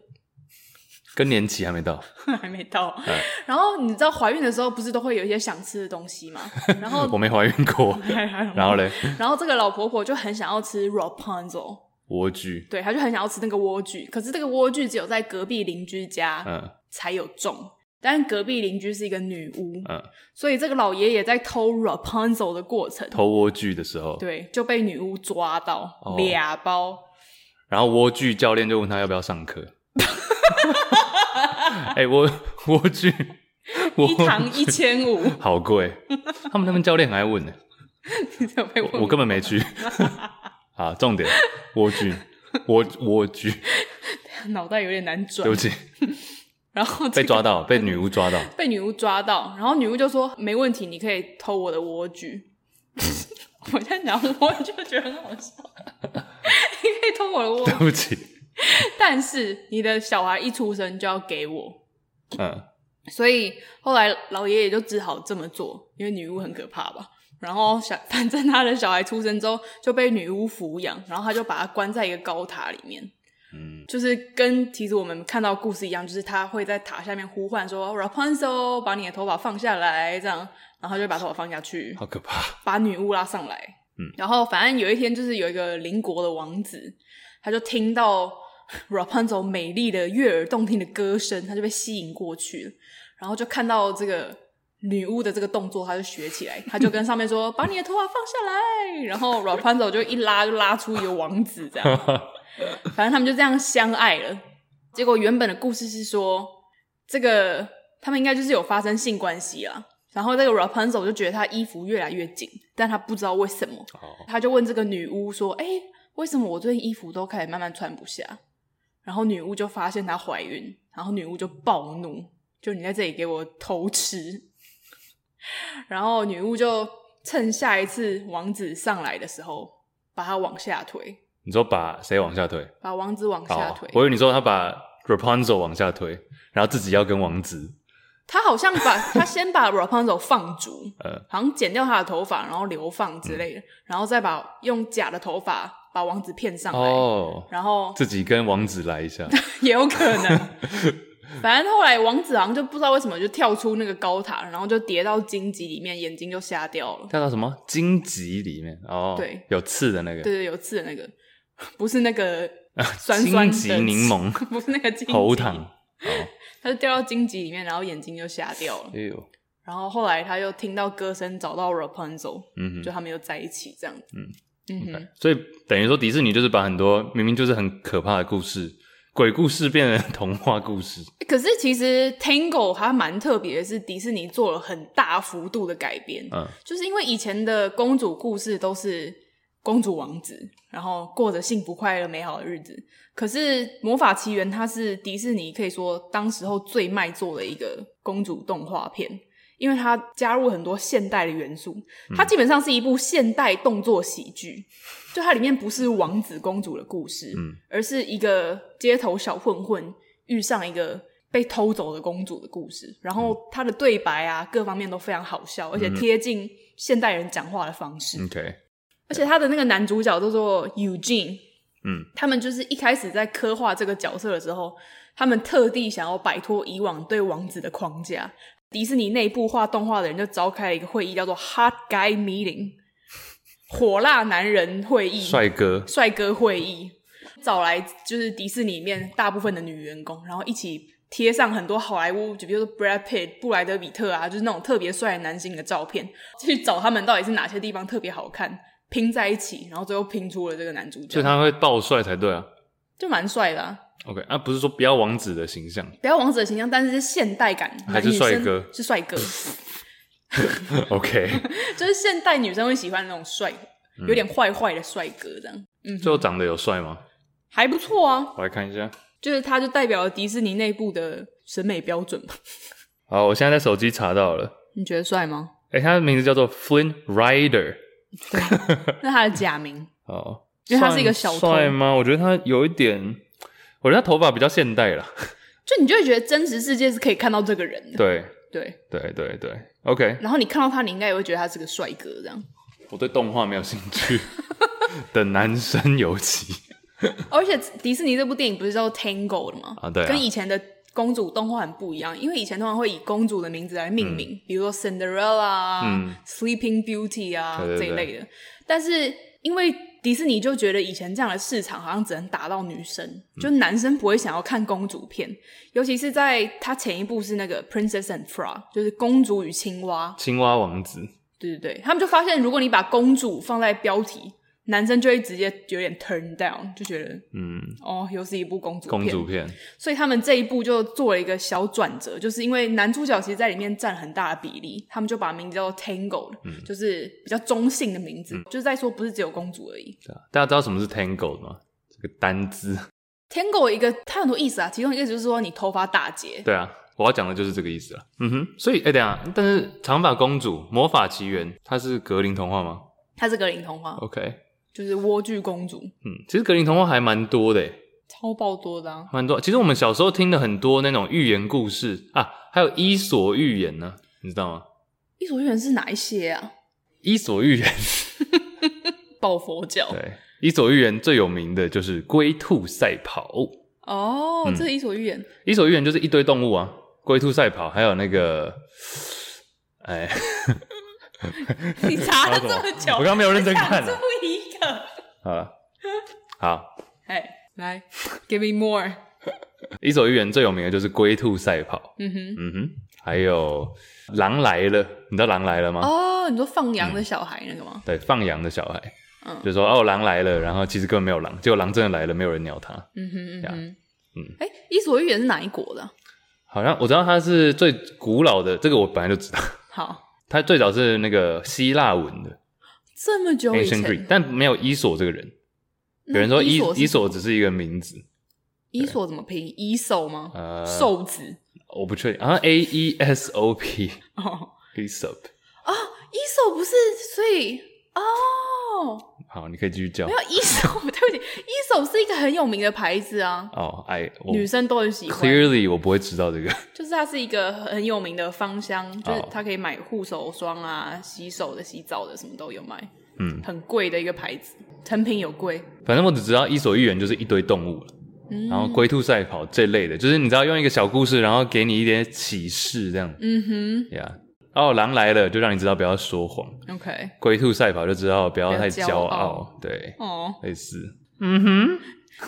更年期还没到，
还没到。
嗯
然后你知道怀孕的时候不是都会有一些想吃的东西吗？然后
我没怀孕过。然后嘞，
然后这个老婆婆就很想要吃 Rapunzel，
莴苣，
对，她就很想要吃那个莴苣，可是这个莴苣只有在隔壁邻居家
嗯
才有种，但隔壁邻居是一个女巫，
嗯，
所以这个老爷爷在偷 Rapunzel 的过程，
偷莴苣的时候，
对，就被女巫抓到
哦
俩包，
然后莴苣教练就问他要不要上课。 哎、莴莴苣，
一
莴
堂一千五，
好贵，他们那边教练很爱问呢、
你有被
我
问
我根本没去。 啊，重点，莴苣，莴莴苣，
脑袋有点难转
对 不，起，
然后这
被
个
抓到，被女巫抓到。
被女巫抓到，然后女巫就说没问题，你可以偷我的莴苣。 我现在讲莴就觉得很好笑， 你可以偷我的
对
莴苣，
不起，
但是你的小孩一出生就要给我。
嗯，
所以后来老爷爷就只好这么做，因为女巫很可怕吧。然后小，反正他的小孩出生之后就被女巫抚养，然后他就把他关在一个高塔里面。
嗯，
就是跟其实我们看到故事一样，就是他会在塔下面呼唤说哦 Rapunzel，把你的头发放下来，这样，然后他就把头发放下去，
好可怕。
把女巫拉上来。
嗯，
然后反正有一天就是有一个邻国的王子，他就听到 Rapunzel 美丽的悦耳动听的歌声，他就被吸引过去了，然后就看到这个。女巫的这个动作，他就学起来，他就跟上面说：“ 把你的头发放下来。”然后 Rapunzel 就一拉，就拉出一个王子这样。反正他们就这样相爱了。结果原本的故事是说，这个他们应该就是有发生性关系啦。然后这个 Rapunzel 就觉得她衣服越来越紧，但她不知道为什么，
哦，
她就问这个女巫说：“哎、为什么我最近衣服都开始慢慢穿不下？”然后女巫就发现她怀孕，然后女巫就暴怒，就你在这里给我偷吃。然后女巫就趁下一次王子上来的时候，把他往下推，
你说把谁往下推？
把王子往下
哦
推。
我以为你说他把 Rapunzel 往下推，然后自己要跟王子，
他好像 把他先把 Rapunzel 放逐，
呃，嗯
好像剪掉他的头发，然后流放之类的，然后再把用假的头发把王子骗上来，
哦，
然后
自己跟王子来一下，
也有可 能。反正后来王子好像就不知道为什么就跳出那个高塔，然后就跌到荆棘里面，眼睛就瞎掉了。
跳到什么荆棘里面？哦，
对，
有刺的那个，
对对，有刺的那个， 不是那个酸酸
啊荆
的
棘柠，檬
不是那个荆棘
喉糖。，哦，
他就掉到荆棘里面，然后眼睛就瞎掉了。
哎呦，
然后后来他又听到歌声，找到 Rapunzel，
嗯
就
哼
他们又在一起这样子。
嗯
嗯哼
OK，所以等于说迪士尼就是把很多明明就是很可怕的故事。鬼故事变成童话故事，
欸可是其实 Tango 它蛮特别的是，迪士尼做了很大幅度的改编，
嗯，
就是因为以前的公主故事都是公主王子，然后过着幸福快乐美好的日子。可是《魔法奇缘》它是迪士尼可以说当时候最卖座的一个公主动画片，因为它加入很多现代的元素，它基本上是一部现代动作喜剧。就它里面不是王子公主的故事，
嗯
而是一个街头小混混遇上一个被偷走的公主的故事。然后它的对白啊，各方面都非常好笑，而且贴近现代人讲话的方式。
OK，
而且他的那个男主角叫做 Eugene，
嗯，
他们就是一开始在刻画这个角色的时候，他们特地想要摆脱以往对王子的框架，迪士尼内部画动画的人就召开了一个会议，叫做 Hot Guy Meeting，火辣男人会议，
帅哥，
帅哥会议，找来就是迪士尼里面大部分的女员工，然后一起贴上很多好莱坞，就比如说 Brad Pitt、布莱德比特啊，就是那种特别帅的男星的照片，去找他们到底是哪些地方特别好看，拼在一起，然后最后拼出了这个男主
所以
角，
他会爆帅才对啊。
就蛮帅的、啊。
OK，啊，不是说不要王子的形象
不要王子的形象，但是是现代感，
还是
女生
帅哥
是帅哥，
，OK，
就是现代女生会喜欢那种帅，
嗯
有点坏坏的帅哥这样，
最后长得有帅吗？
还不错啊。
我来看一下。
就是他就代表了迪士尼内部的审美标准吧。
好，我现在在手机查到了，
你觉得帅吗？
哎、他的名字叫做 Flynn Rider，
对，那他的假名，
哦，
因为他是一个小偷
算帅吗？我觉得他有一点，我觉得他头发比较现代 啦。
就你就会觉得真实世界是可以看到这个人的，
对，
对。
对，对，对，OK，
然后你看到他，你应该也会觉得他是个帅哥，这样。
我对动画没有兴 趣的男生尤其
而且迪士尼这部电影不是叫 Tango 的吗？
啊对啊
跟以前的公主动画很不一样，因为以前通常会以公主的名字来命名，比如说 Cinderella 啊、
嗯
Sleeping Beauty 啊
对对对
这一类的。但是因为迪士尼就觉得以前这样的市场好像只能打到女生，
嗯
就男生不会想要看公主片，尤其是在他前一部是那个 Princess and Frog，就是公主与青蛙。
青蛙王子，
对对对，他们就发现，如果你把公主放在标题，男生就会直接有点 turn down，就觉得
嗯，
哦，又是一部公主片
公主片，
所以他们这一部就做了一个小转折，就是因为男主角其实在里面占很大的比例，他们就把名字叫做 Tangled，、就是
嗯
比较中性的名字，就是在说不是只有公主而已。
对啊大家知道什么是 Tangle 吗？这个单字，
Tangle 一个它有很多意思啊，其中一个就是说你头发打结，
对啊，我要讲的就是这个意思了。嗯哼，所以哎、等一下，但是长发公主、魔法奇缘，它是格林童话吗
它是格林童话，
？OK，
就是莴苣公主，
嗯，其实格林童话还蛮多的欸，
超爆多的、啊。
蛮多。其实我们小时候听的很多那种寓言故事啊，还有伊索寓言呢、你知道吗？
伊索寓言是哪一些啊？
伊索寓言，
抱佛脚
对，伊索寓言最有名的就是龟兔赛跑。
哦，
嗯
这是伊索寓言，
伊索寓言就是一堆动物啊，龟兔赛跑，还有那个，哎，
你查了
查
这
什么
么久，
我刚刚没有认真
还
看啊
讲这一个，
好了，好，
哎，来，give me more，
伊索寓言最有名的就是龟兔赛跑。
嗯哼。
嗯哼，还有狼来了，你知道狼来了吗？
哦，你说放羊的小孩那个吗？
对，放羊的小孩，
嗯
就说哦，狼来了，然后其实根本没有狼，结果狼真的来了，没有人鸟他。
嗯哼嗯
呀
哼，
嗯，
哎，伊索寓言是哪一国的？
好像我知道它是最古老的，这个我本来就知道，
好，
它最早是那个希腊文的
这么久以
Ancient
前
Greek，，但没有伊索这个人。有
那
人说伊
索是
伊索只是一个名字，
伊索怎么拼？伊手吗？
呃，
瘦子
我不确定，好像 A E S O E P
哦，
Aesop。
伊手不是，所以哦，
好，你可以继续叫
没有伊手， 对不起，伊手是一个很有名的牌子啊，
哦，I 我
女生都很喜欢，
clearly 我不会知道这个，
就是它是一个很有名的芳香，就是
哦
它可以买护手霜啊、洗手的、洗澡的，什么都有卖，
嗯，
很贵的一个牌子，成品有贵，
反正我只知道伊索寓言就是一堆动物了。
嗯
然后龟兔赛跑这类的，就是你知道用一个小故事，然后给你一点启示，这样
嗯
呀。哦，狼来了就让你知道不要说谎，
哼，OK。
龟兔赛跑就知道不要
不要
太
骄
骄傲，
傲
对，
哦，
类似，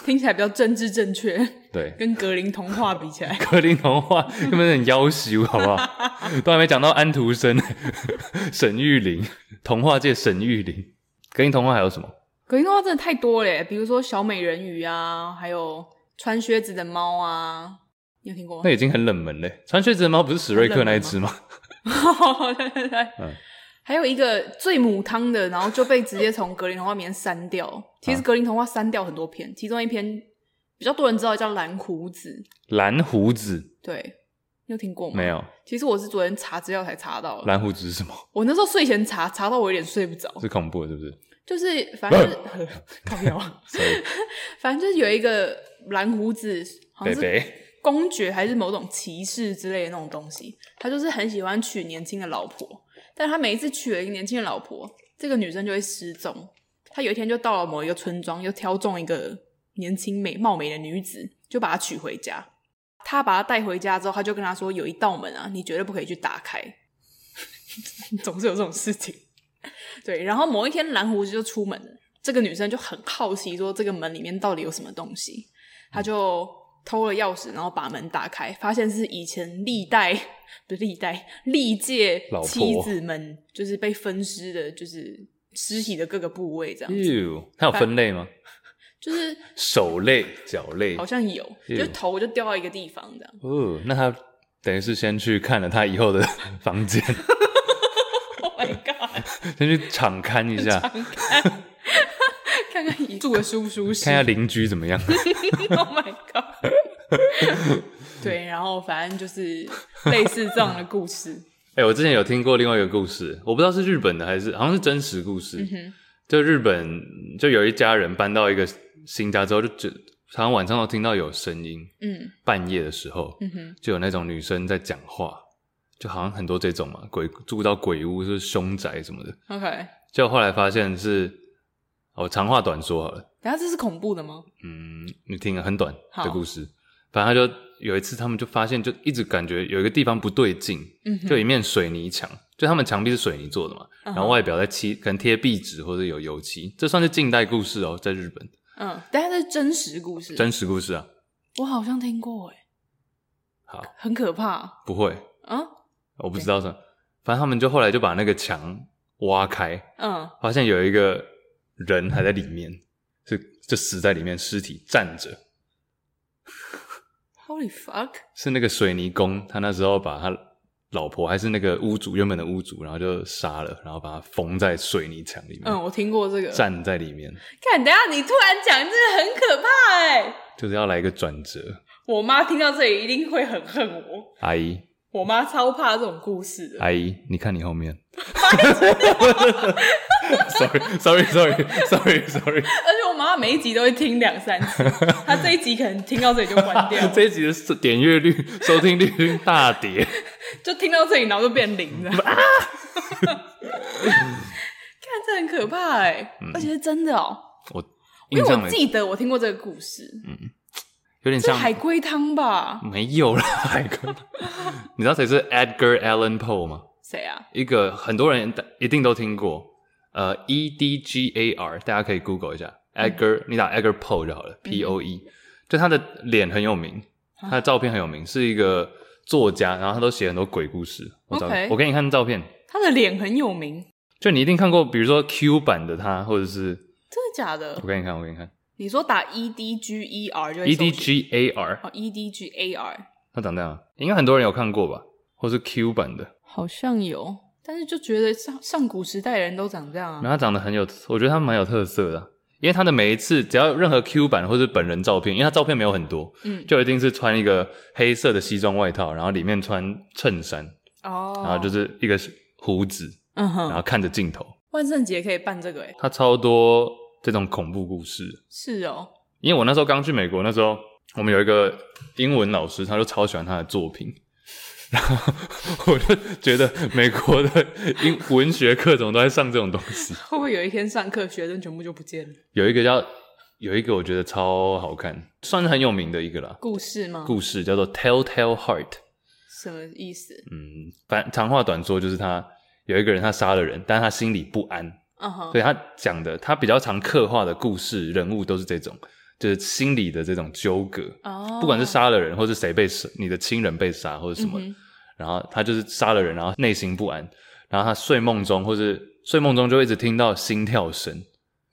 听起来比较政治正确，
对。，
跟格林童话比起来
格林童话有没有很妖羞，好不好？都还没讲到安徒生、 沈玉琳，童话界沈玉琳。格林童话还有什么？
格林童话真的太多了耶，比如说小美人鱼啊，还有穿靴子的猫啊，你有听过吗
那？已经很冷门嘞。穿靴子的猫不是史瑞克那一只吗？
对对对，
嗯
还有一个最母汤的，然后就被直接从格林童话里面删掉。
嗯
其实格林童话删掉很多篇，其中一篇比较多人知道叫蓝胡子，
蓝胡子
对，你有听过吗？
没。有，
其实我是昨天查资料才查到的，
蓝胡子是什么？
我那时候睡前查查到我有点睡不着，
是恐怖的，是不是
就是反正
嗯
就是 靠腰啊。
？Sorry，
反正就是有一个蓝胡子，好
北
像是
北。
公爵还是某种骑士之类的那种东西，他就是很喜欢娶年轻的老婆，但他每一次娶了一个年轻的老婆，这个女生就会失踪。他有一天就到了某一个村庄，又挑中一个年轻美貌美的女子，就把她娶回家。他把他带回家之后，他就跟他说有一道门啊，你绝对不可以去打开。 总是有这种事情。对，然后某一天蓝胡子就出门了，这个女生就很好奇，说这个门里面到底有什么东西，她就偷了钥匙，然后把门打开，发现是以前历代不是历代历届
老婆
妻子们就是被分尸的，就是尸体的各个部位这样子，
哟，它有分类吗？
就是
手类、脚类
好。像有，
Ew
就头就掉到一个地 方这样。
哦，那他等于是先去看了他以后的 房间，
Oh my god！
先去敞看一 下，
看看你住的舒不舒适，
看一下邻居怎么样。
Oh my god！对，然后反正就是类似这样的故事。
哎、我之前有听过另外一个故事，我不知道是日本的还是好像是真实故事。
嗯
就日本就有一家人搬到一个新家之后，就只常常晚上都听到有声音，
嗯
半夜的时候
嗯哼，
就有那种女生在讲话，就好像很多这种嘛，鬼住到鬼屋就是凶宅什么的。
，OK。
就后来发现是，我长话短说好了。
等下这是恐怖的吗？
嗯，你听了很短
好
的故事，反正他就有一次，他们就发现，就一直感觉有一个地方不对劲，
嗯
就一面水泥墙，就他们墙壁是水泥做的嘛，
嗯哼
然后外表在漆，可能贴壁纸或者有油漆，这算是近代故事哦，在日本
嗯，但下这是真实故事，
真实故事啊。
我好像听过哎，
好，
很可怕
不会，
啊。
我不知道什么，反正他们就后来就把那个墙挖开，
嗯
发现有一个人还在里面，是就死在里面，尸体站着，
，Holy fuck！
是那个水泥工，他那时候把他老婆还是那个屋主原本的屋主，然后就杀了，然后把他封在水泥墙里面，
嗯，我听过这个。
站在里面，
看，等下你突然讲，这个很可怕哎。
就是要来一个转折。
我妈听到这里一定会很恨我，
阿姨，
我妈超怕这种故事的。
阿姨，你看你后 面。Sorry，Sorry，Sorry，Sorry，Sorry。，
而且我妈每一集都会听两三次，她这一集可能听到这里就关掉
这一集的点阅率、收听率大跌。
就听到这里，然后就变 零了。啊！看，这很可怕哎、而且是真的哦、
我嗯
因
印
为
象
我
里嗯
记得我听过这个故事，
有点
这
像
海龟汤吧？
没有了，海哥。你知道谁是 Edgar Allan Poe 吗？
谁啊？
一个很多人一定都听过，呃，E D G A R，大家可以 Google 一下 Edgar，、你打 Edgar Poe 就好了，P O E，、就他的脸很有名，他的照片很有名，是一个作家，然后他都写很多鬼故事。我找
OK
我给你看照片，
他的脸很有名，
就你一定看过，比如说 Q 版的他，或者是
真的假的
我？给你看，我给你看
你说打 E D G E R 就会
E D
搜寻
G A R，
哦 E D G A R
他长这样，应该很多人有看过吧，或是 Q 版的，
好像有，但是就觉得上上古时代的人都长这样
然后
啊。
他长得很有，我觉得他蛮有特色的啊，因为他的每一次只要有任何 Q 版或是本人照片，因为他照片没有很多，
嗯，
就一定是穿一个黑色的西装外套，然后里面穿衬衫，
哦，
然后就是一个胡子，
嗯
然
哼，
后看着镜头。
万圣节可以办这个哎、
他超多这种恐怖故事，
是哦，
因为我那时候刚去美国，那时候我们有一个英文老师，他就超喜欢他的作品。 然后我就觉得美国的英文学课怎么都在上这种东西，
会不会有一天上课学生全部就不见了？
有一个叫有一个我觉得超好看，算是很有名的一个啦，
故事吗？
故事叫做《Telltale Heart》。
什么意思？
嗯，反长话短说，就是他有一个人他杀了人，但他心里不安，
嗯哼，
所以他讲的他比较常刻画的故事人物都是这种，就是心理的这种纠葛，
哦，
不管是杀了人，或是谁被杀，你的亲人被杀或者什么，
嗯哼
然后他就是杀了人，然后内心不安，然后他睡梦中或是睡梦中就一直听到心跳声，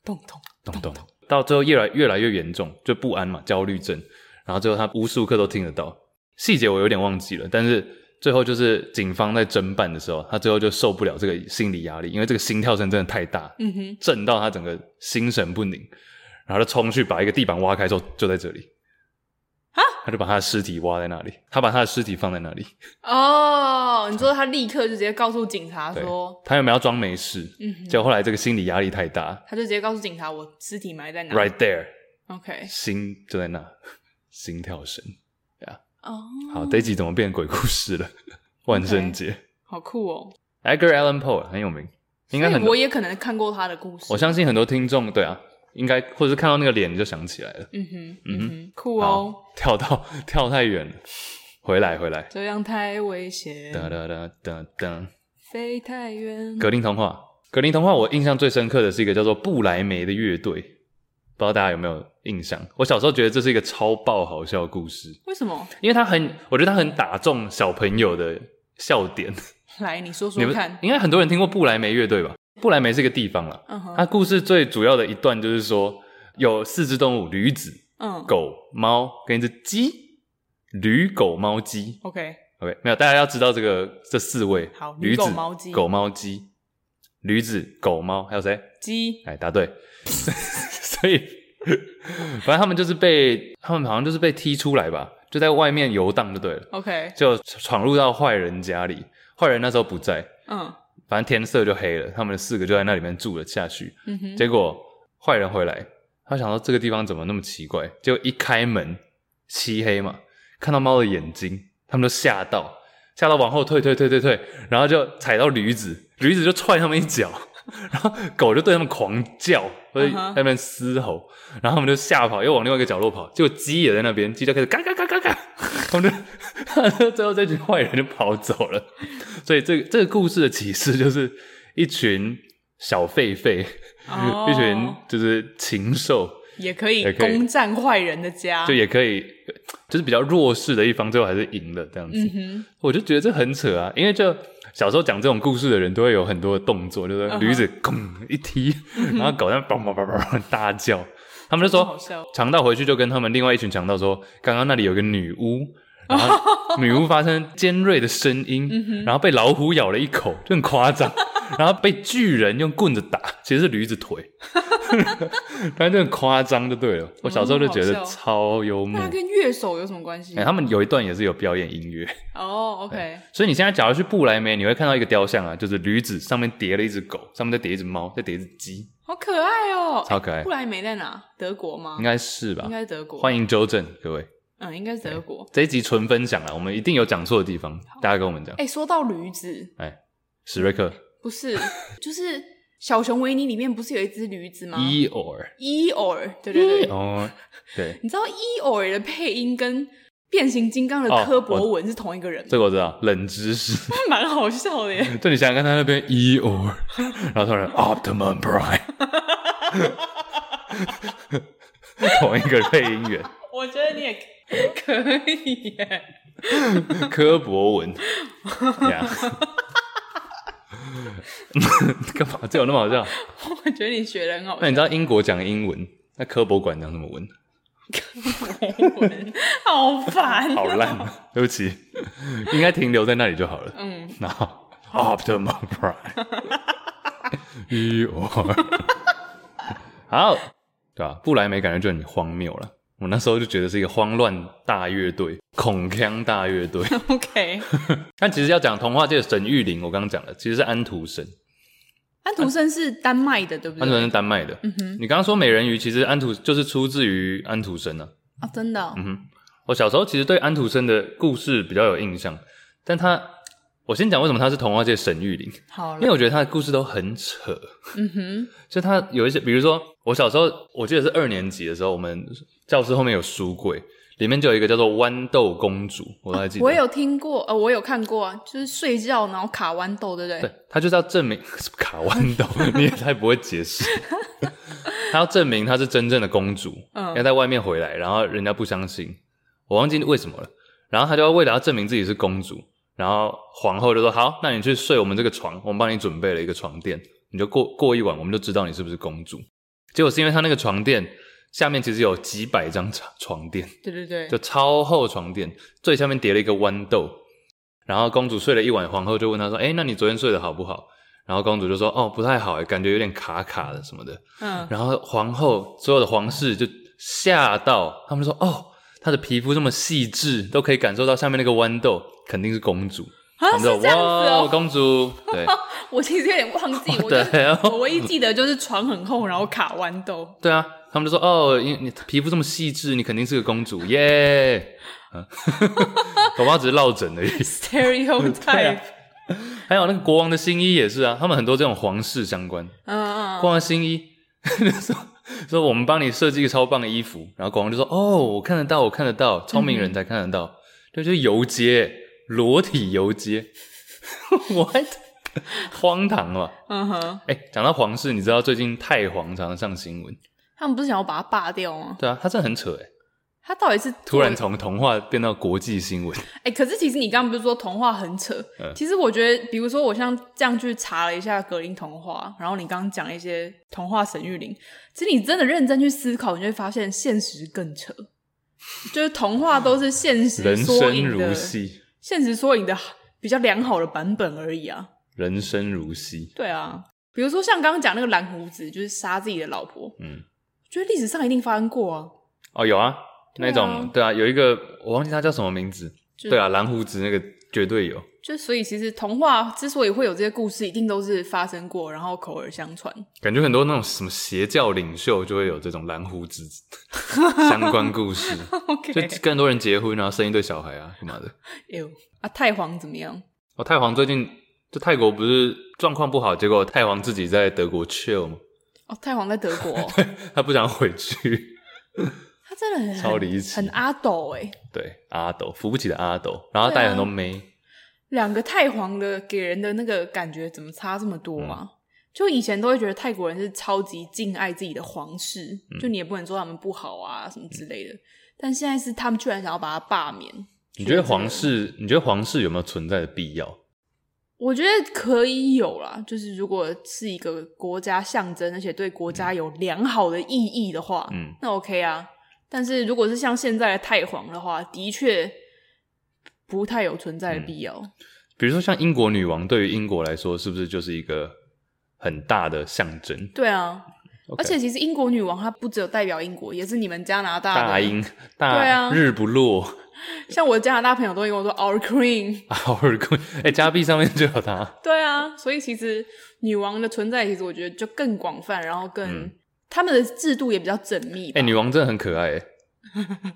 咚咚
咚咚，到最后越来越来越严重，就不安嘛，焦虑症。然后最后他无时无刻都听得到，细节我有点忘记了，但是最后就是警方在侦办的时候，他最后就受不了这个心理压力，因为这个心跳声真的太大，
嗯哼，
震到他整个心神不宁，然后就冲去把一个地板挖开之后，就在这里。
啊
他就把他的尸体挖在那里，他把他的尸体放在那里。
哦，你说他立刻就直接告诉警察
对
说，，
他有没有要装没事？
嗯哼
结果后来这个心理压力太大
他就直接告诉警察我尸体埋在哪
，right there，
OK，
心就在那，心跳声。
哦，
好，这一集怎么变鬼故事了？ 万圣节
好酷哦，
Edgar Allan Poe 很有名，应该
所以
很多
我也可能看过他的故事
我。相信很多听众对啊，应该或者是看到那个脸你就想起来了。
嗯哼，嗯哼，酷哦，
好，跳到跳太远了，回来回来，
这样太危险，
哒哒哒哒哒。
飞太远。
格林童话，格林童话，我印象最深刻的是一个叫做布莱梅的乐队，不知道大家有没有印象？我小时候觉得这是一个超爆好笑的故事，
为什么？
因为它很，我觉得它很打中小朋友的笑点。
来，你说
你
说
们
看。
应该很多人听过布莱梅乐队吧？布莱梅是一个地方啦，
嗯哼，
它故事最主要的一段就是说，有四只动物：驴子、
嗯
狗、猫跟一只鸡。驴、狗、猫、鸡。
，OK，
OK，没有，大家要知道这个这四位：
好
驴
驴
子、
狗猫鸡
狗、猫、鸡。驴子、狗、猫，还有谁？
鸡，
哎，答对。 所以，反正他们就是被他们好像就是被踢出来吧，就在外面游荡就对了，
OK，
就闯入到坏人家里。坏人那时候不在，
嗯
反正天色就黑了，他们四个就在那里面住了下去。
嗯哼，
结果坏人回来，他想到这个地方怎么那么奇怪，结果一开门，漆黑嘛，看到猫的眼睛，他们都吓到，吓到往后退退退退退，然后就踩到驴子，驴子就踹他们一脚， 然后狗就对他们狂叫，所以
嗯
在
哼
那边嘶吼，然后他们就吓跑，又往另外一个角落跑，结果鸡也在那边，鸡就开始嘎嘎嘎嘎 嘎，他们就 最后这群坏人就跑走了。所以这个这个故事的启示就是一群小狒狒，
哦
一群就是禽兽，
也可以
也可以
攻占坏人的家
就。也可以，就是比较弱势的一方，最后还是赢了这样子。
嗯哼，
我就觉得这很扯啊，因为就小时候讲这种故事的人都会有很多的动作，就是
嗯哼
驴子咣一
嗯
踢， 然后狗在那叭叭叭叭叭大叫，他们就
好
说
笑
强盗回去就跟他们另外一群强盗说，刚刚那里有个女巫。然 后女巫发生尖锐的声音，
嗯
然后被老虎咬了一口，就很夸 张。然后被巨人用棍子打，其实是驴子 腿，反正就很夸张就对了。我小时候就觉得
嗯好笑
超幽默
那。跟乐手有什么关系
哎，？他们有一段也是有表演音乐，
哦，OK，
所以你现在假如去布莱梅，你会看到一个雕像啊，就是驴子上面叠了一只狗，上面再叠一只猫，再叠一只鸡，
好可爱哦。
超可爱
布，莱梅在哪？德国吗
应？该是吧
应？该是德国。
欢迎纠正各位，
嗯，应该是德国。
这一集纯分享啊，我们一定有讲错的地方，大家跟我们讲。
哎，说到驴子，
哎，史瑞克
不是，就是《小熊维尼》里面不是有一只驴子吗？
伊尔，
伊尔，对对对，
E 哦，对，
你知道伊尔的配音跟变形金刚的
哦
柯博文是同一个人吗，
这个我知道，嗯冷知 识。
蛮好笑的耶。
就你想想看，他那边伊尔，然后突然 Optimum Prime，同一个配音员
我觉得你也可以耶。
柯博文呀。 干嘛？这有那么好笑？
我觉得你学的很好
那你知道英国讲英文，那科博馆讲什么文？
笑，好烦。
好烂啊、对不起，应该停留在那里就好了。
嗯，
然后 Optimum Prime，一二，好，对啊吧、布莱梅感觉就很荒谬了。我那时候就觉得是一个慌乱大乐队，恐腔大乐队。
OK，
但其实要讲童话界的神玉林，我刚刚讲了，其实是安徒生。
安徒生是丹麦的，对不
安徒
对？
生是丹麦的。你刚刚说美人鱼，其实安徒就是出自于安徒生啊。
啊，真的哦，
我小时候其实对安徒生的故事比较有印象，但他，我先讲为什么他是童话界神玉林，
好
因为
了，
我觉得他的故事都很扯，
嗯哼，
就他有一些，比如说我小时候，我记得是二年级的时候，我们教室后面有书柜，里面就有一个叫做豌豆公主，我都还记得，
我有听过，呃，我有看过啊，就是睡觉然后卡豌豆，对不对？
对，他就是要证明 什么卡豌豆，你也太不会解 释。他要证明她是真正的公主，
嗯
要在外面回来，然后人家不相信，我忘记为什么了。然后他就要为了要证明自己是公主，然后皇后就说：“好，那你去睡我们这个床，我们帮你准备了一个床垫，你就过过一晚，我们就知道你是不是公主。”结果是因为他那个床垫下面其实有几百张床床垫，
对对对
就超厚床垫，最下面叠了一个豌豆。然后公主睡了一晚，皇后就问她说：“哎，那你昨天睡得好不好？”然后公主就说：“哦，不太好，感觉有点卡卡的什么的。”
嗯，
然后皇后所有的皇室就吓到，他们说：“哦，她的皮肤这么细致，都可以感受到下面那个豌豆，肯定是公主。”
啊，
他
是
们说：“
这样子
哇，
哦。
公主，对
我其实有点忘记，我就
对哦
我唯一记得就是床很厚，然后卡豌豆。
对啊。”他们就说：“哦，你你皮肤这么细致，你肯定是个公主耶。” 嗯，搞不好只是落枕而已。 对啊
Stereotype，
还有那个国王的新衣也是啊，他们很多这种皇室相关。
嗯嗯，嗯
国王的新衣，那时候说我们帮你设计一个超棒的衣服，然后广告就说哦，我看得到，我看得到，聪明
嗯
人才看得到，这就是游街，裸体游街 ，what，荒唐嘛！
嗯哼，
哎、讲到皇室，你知道最近太皇常常上新闻，
他们不是想要把它罢掉吗？
对啊，他真的很扯哎，
他到底是
突然
做
从童话变到国际新闻，
哎、可是其实你刚刚不是说童话很扯？
嗯
其实我觉得，比如说我像这样去查了一下格林童话，然后你刚刚讲了一些童话神域林，其实你真的认真去思考，你就会发现现实更扯。就是童话都是现实
人
缩
生
影
如
的，
戏，
现实缩影的比较良好的版本而已啊。
人生如戏，
对啊，比如说像刚刚讲那个蓝胡子，就是杀自己的老婆，
嗯，
觉得历史上一定发生过啊。
哦，有啊，
对
那
啊
种对啊，有一个我忘记他叫什么名字，
就
对啊，蓝胡子那个绝对有，
就所以其实童话之所以会有这些故事，一定都是发生过，然后口耳相传。
感觉很多那种什么邪教领袖就会有这种蓝胡子 相关故 事，
OK，
就更多人结婚然后生一对小孩啊，干嘛的？
哎呦啊，太皇怎么样？
哦，太皇最近就泰国不是状况不好，结果太皇自己在德国 chill 嘛，
哦，太皇在德国哦、
他不想回去。
他真的很
超离奇
很阿斗哎、
对，阿斗扶不起的阿斗，然后他带很多妹，
两个太皇的给人的那个感觉怎么差这么多
嗯
啊？就以前都会觉得泰国人是超级敬爱自己的皇室，
嗯
就你也不能说他们不好啊什么之类的。但现在是他们居然想要把它罢免，
你觉得皇室？你觉得皇室有没有存在的必要？
哦我觉得可以有啦，就是如果是一个国家象征，而且对国家有良好的意义的话，
嗯，
那 OK 啊。但是如果是像现在的太皇的话，的确不太有存
嗯
在的必要。
比如说像英国女王，对于英国来说，是不是就是一个很大的象征？
对啊
OK
而且其实英国女王她不只有代表英国，也是你们加拿大的。
大英
对
大
啊
日不落
像我的加拿大朋友都会跟我说 “Our Queen”。
，Our Queen，哎、加币上面就有它。
对啊，所以其实女王的存在，其实我觉得就更广泛，然后更、
嗯
他们的制度也比较缜密吧。
哎、女王真的很可爱、欸。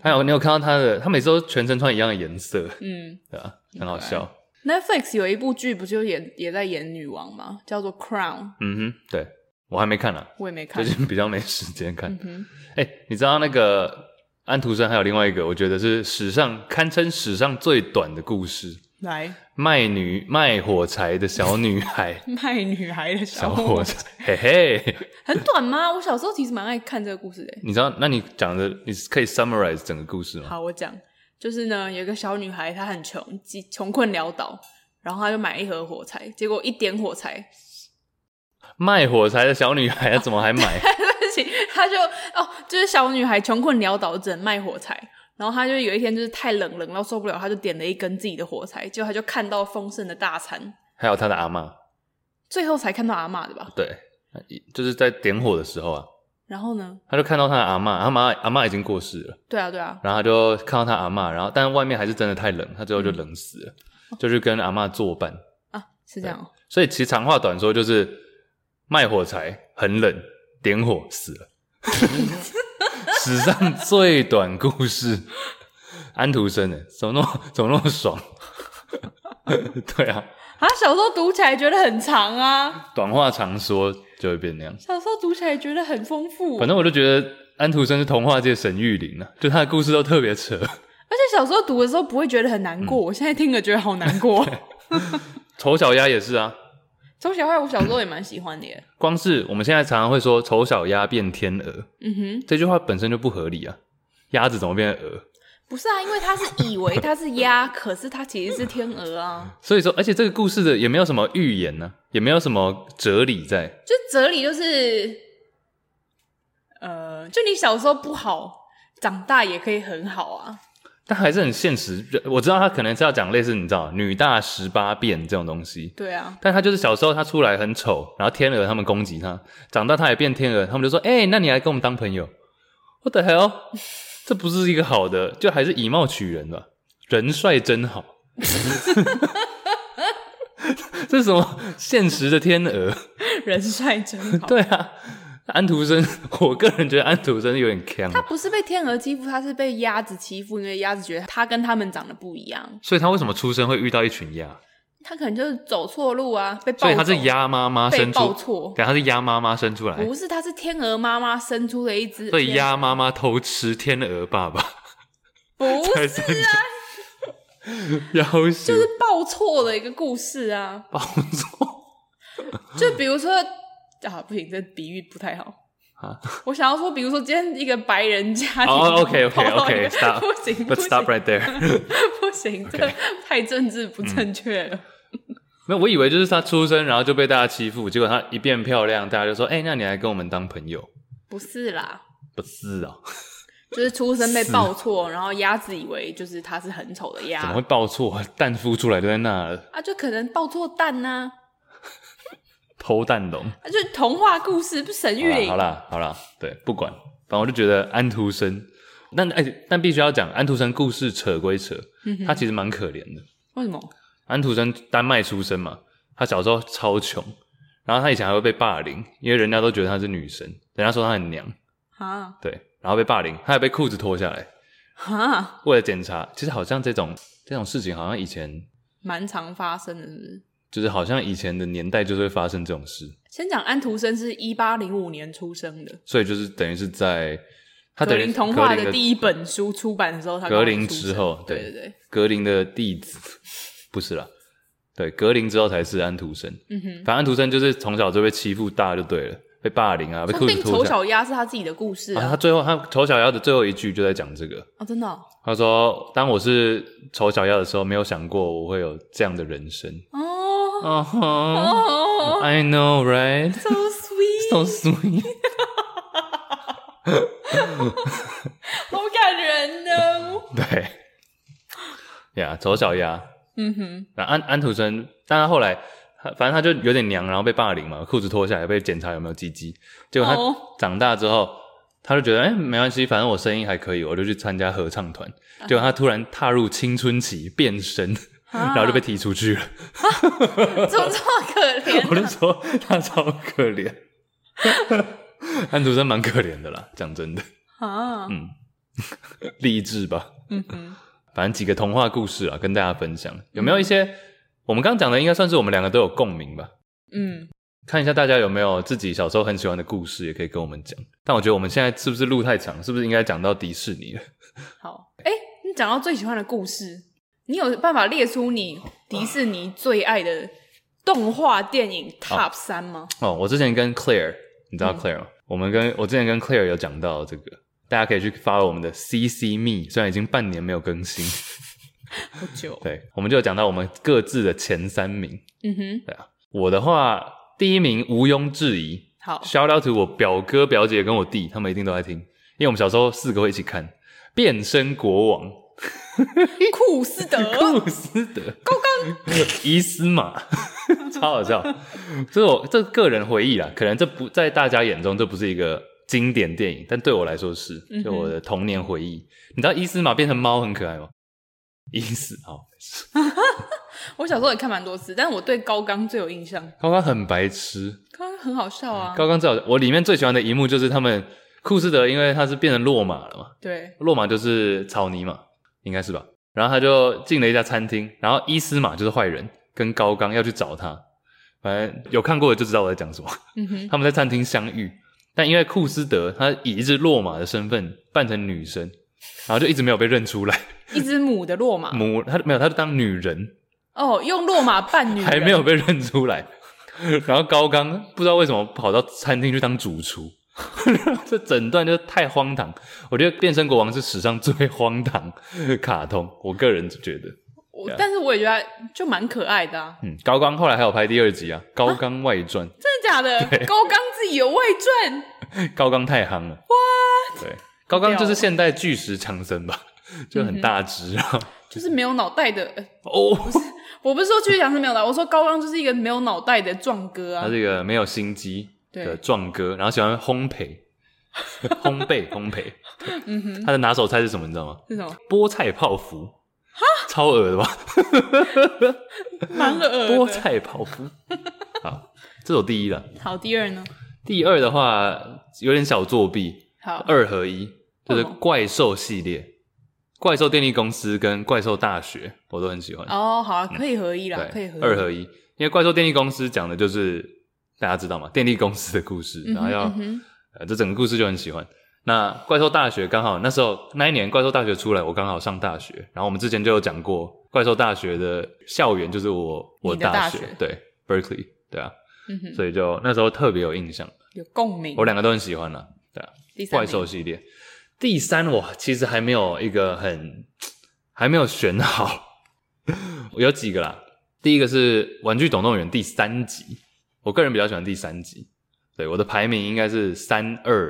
还有，你有看到她的？她每次都全身穿一样的颜色，
嗯。
对吧、很好笑。
Netflix 有一部剧，不就也也在演女王吗？叫做《Crown》，
嗯哼，对我还没看呢、啊
我也没看
最。近比较没时间看。
嗯哼，
哎、你知道那个安徒生还有另外一个，我觉得是史上堪称史上最短的故事
来，
——卖女卖火柴的小女孩
卖女孩的小
小
伙
火柴，嘿嘿。
很短吗？我小时候其实蛮爱看这个故事的。
你知道？那你讲的，你可以 summarize 整个故事吗？
好，我讲，就是呢，有一个小女孩，她很穷，饥穷困潦倒，然后她就买一盒火柴，结果一点火柴，
卖火柴的小女孩，她怎么还 买？
对不起，她就哦，就是小女孩穷困潦倒，只能卖火柴。然后她就有一天就是太冷，冷到受不了，她就点了一根自己的火柴，结果她就看到丰盛的大餐，
还有她的阿嬷，
最后才看到阿嬷的吧？
对，就是在点火的时候啊，
然后呢？
他就看到他的阿嬷，阿嬷阿嬷已经过世了，
对啊，对啊，
然后他就看到他阿嬷，然后但外面还是真的太冷，他最后就冷死了，就是跟阿嬷作伴。
啊，是这样哦、
所以其实长话短说就是卖火柴很冷，点火死了， 史上最短故事。安徒生的怎么那么怎么那么爽？ 对啊，
啊，小时候读起来觉得很长啊，
短话长说就会变那样。
小时候读起来觉得很丰富，
反正我就觉得安徒生是童话界神玉林啊，就他的故事都特别扯。
而且小时候读的时候不会觉得很难
嗯
过，我现在听了觉得好难过。
丑小鸭也是啊，
丑小鸭我小时候也蛮喜欢的耶，
光是我们现在常常会说“丑小鸭变天鹅
嗯哼，”
这句话本身就不合理啊，鸭子怎么变成鹅？
不是啊，因为他是以为他是鸭，可是他其实是天鹅啊，
所以说，而且这个故事的也没有什么寓言呢、也没有什么哲理在。
就哲理就是，呃，就你小时候不好，长大也可以很好啊，
但还是很现实，就我知道他可能是要讲类似你知道“女大十八变”这种东西，
对啊，
但他就是小时候他出来很丑，然后天鹅他们攻击他，长大他也变天鹅，他们就说：“哎、那你来跟我们当朋友？”我的 hell，这不是一个好的，就还是以貌取人吧。人帅真好， 这是什么现实的天鹅？
人帅真好。
对啊，安徒生，我个人觉得安徒生有点坑，
他不是被天鹅欺负，他是被鸭子欺负，因为鸭子觉得他跟他们长得不一样。
所以他为什么出生会遇到一群鸭？
他可能就是走错路啊，被抱
所以他是
走
鸭妈妈
被
生
抱
出，
错，
等下是鸭妈妈生出来，
不是，他是天鹅妈妈生出了一只，
所以鸭妈妈偷吃天鹅爸爸
不
才
是啊
生出，要死
就是抱错的一个故事啊。
抱错
就比如说啊，不行，这比喻不太好。
啊
我想要说，比如说今天一个白人家庭
哦，OK，OK，OK，
碰到一个
stop
不行不
，Let's
行
stop right there。
不行，这
OK 嗯
太政治不正确了。
没有，我以为就是他出生然后就被大家欺负，结果他一变漂亮，大家就说：“哎、那你来跟我们当朋友？”
不是啦，
不是哦，
就是出生被抱错，然后鸭子以为就是它是很丑的
怎么
鸭
会抱错？蛋孵出来就在那了，
啊，就可能抱错蛋啊呐、
偷蛋笼。
啊，就是童话故事，不是沈玉琳
好啦，好啦，好啦，对，不管，反正我就觉得安徒生，但哎、但必须要讲，安徒生故事扯归扯，他其实蛮可怜的。
为什么？
安徒生丹麦出生嘛，他小时候超穷，然后他以前还会被霸凌，因为人家都觉得他是女神，人家说他很娘，
啊
对，然后被霸凌，他还被裤子脱下来，
啊，
为了检查。其实好像这种这种事情，好像以前
蛮常发生的是不是。
就是好像以前的年代就是会发生这种事，
先讲安徒生是一八零五年出生的，
所以就是等于是在他
格
等于
林童
格
话
林
的第一本书出版的时候，他刚
格林
出生
之后
对
对
对对，
格林的弟子，不是啦，对，格林之后才是安徒生。
嗯哼。
反正安徒生就是从小就被欺负大就对了，被霸凌啊，被
说
裤
不
子
定
脱下。
丑小鸭是他自己的故事
啊，
啊，
他最后他丑小鸭的最后一句就在讲这个。
哦，真的哦，
他说：“当我是丑小鸭的时候，没有想过我会有这样的人生。
哦
啊哈
哦
I know, right?
，so sweet，
So sweet.
好感人哦 呢。
对，呀，丑小鸭。
嗯哼，
那安安徒生，但他后来，他反正他就有点娘，然后被霸凌嘛，裤子脱下来被检查有没有鸡鸡。结果他
哦
长大之后，他就觉得，哎、没关系，反正我声音还可以，我就去参加合唱团。结果他突然踏入青春期，变身，然后就被踢出去了。
怎么这么可怜？
我就说他超可怜， 安徒生蛮可怜的啦，讲真的，
啊，
励志吧。
嗯哼，
反正几个童话故事啊，跟大家分享，有没有一些、我们刚刚讲的，应该算是我们两个都有共鸣吧？
嗯，
看一下大家有没有自己小时候很喜欢的故事，也可以跟我们讲。但我觉得我们现在是不是路太长，是不是应该讲到迪士尼了？
好。哎、你讲到最喜欢的故事，你有办法列出
啊
你迪士尼最爱的动画电影 Top 三吗？
哦，我之前跟 Claire，你知道 Claire 吗？我们跟我之前跟 Claire 有讲到这个，大家可以去发我们的 CC Me，虽然已经半年没有更新，
不久，
对，我们就有讲到我们各自的前三名。
嗯哼，
对啊，我的话第一名毋庸置疑
好，
，shout out to 我表哥、表姐跟我弟，他们一定都在听，因为我们小时候四个会一起看《变身国王》。
库斯德，
库斯德，高 刚，伊斯玛， 超好笑。这是我这个人回忆啦，可能这不在大家眼中这不是一个经典电影，但对我来说是，
嗯哼
就我的童年回忆。你知道伊斯玛变成猫很可爱吗？伊斯好，
我小时候也看蛮多次，但我对高刚最有印象，
高刚很白痴，
高刚很好笑啊，
高刚最好笑。我里面最喜欢的一幕就是他们库斯德，因为他是变成落马了嘛，
对，
落马就是草泥马，应该是吧？然后他就进了一家餐厅，然后伊斯玛就是坏人，跟高刚要去找他。反正有看过的就知道我在讲什么。
嗯哼，
他们在餐厅相遇，但因为库斯德他以一只落马的身份扮成女生，然后就一直没有被认出来。
一只母的落马，
母他没有，他就当女人，
哦，用落马扮女人，
还没有被认出来。然后高刚不知道为什么跑到餐厅去当主厨， 这整段就太荒唐。我觉得《变身国王》是史上最荒唐的卡通，我个人觉得。
我，但是我也觉得他就蛮可爱的啊，
嗯，高刚后来还有拍第二集啊，《高刚外传》
真的假的？高刚自己有外传，
高刚太夯了。哇！对，高刚就是现代巨石强森吧，就很大只啊。
就是没有脑袋的，呃
哦，
我嗯不是说巨强是没有脑袋，我说高刚就是一个没有脑袋的壮哥
他
啊。
这个没有心机的
对
壮哥，然后喜欢烘焙、烘焙、烘焙。
嗯
他的拿手菜是什么？你知道吗？
是什么？
菠菜泡芙。超恶的吧？
蛮恶
菠
的。
菜泡芙。好，这是我第一了。
好，第二呢？
第二的话有点小作弊，
好，
二合一，就是
为什么
怪兽系列。怪兽电力公司跟怪兽大学我都很喜欢，
哦，好啊，可以合一啦，可以
嗯对
合，一
二合一。因为怪兽电力公司讲的就是大家知道嘛，电力公司的故事，
嗯
然后
哼
要、
嗯哼
呃，这整个故事就很喜欢。那怪兽大学刚好那时候那一年怪兽大学出来，我刚好上大学，然后我们之前就有讲过，怪兽大学的校园就是我我
你的大
学
学
对 Berkeley 对啊，
嗯哼，
所以就那时候特别有印象，
有共鸣。
我两个都很喜欢啦，对啊，
第三
怪
名
兽系列。第三我其实还没有一个很还没有选好， 我有几个啦，第一个是《玩具总动员》第三集，我个人比较喜欢第三集，对我的排名应该是三二，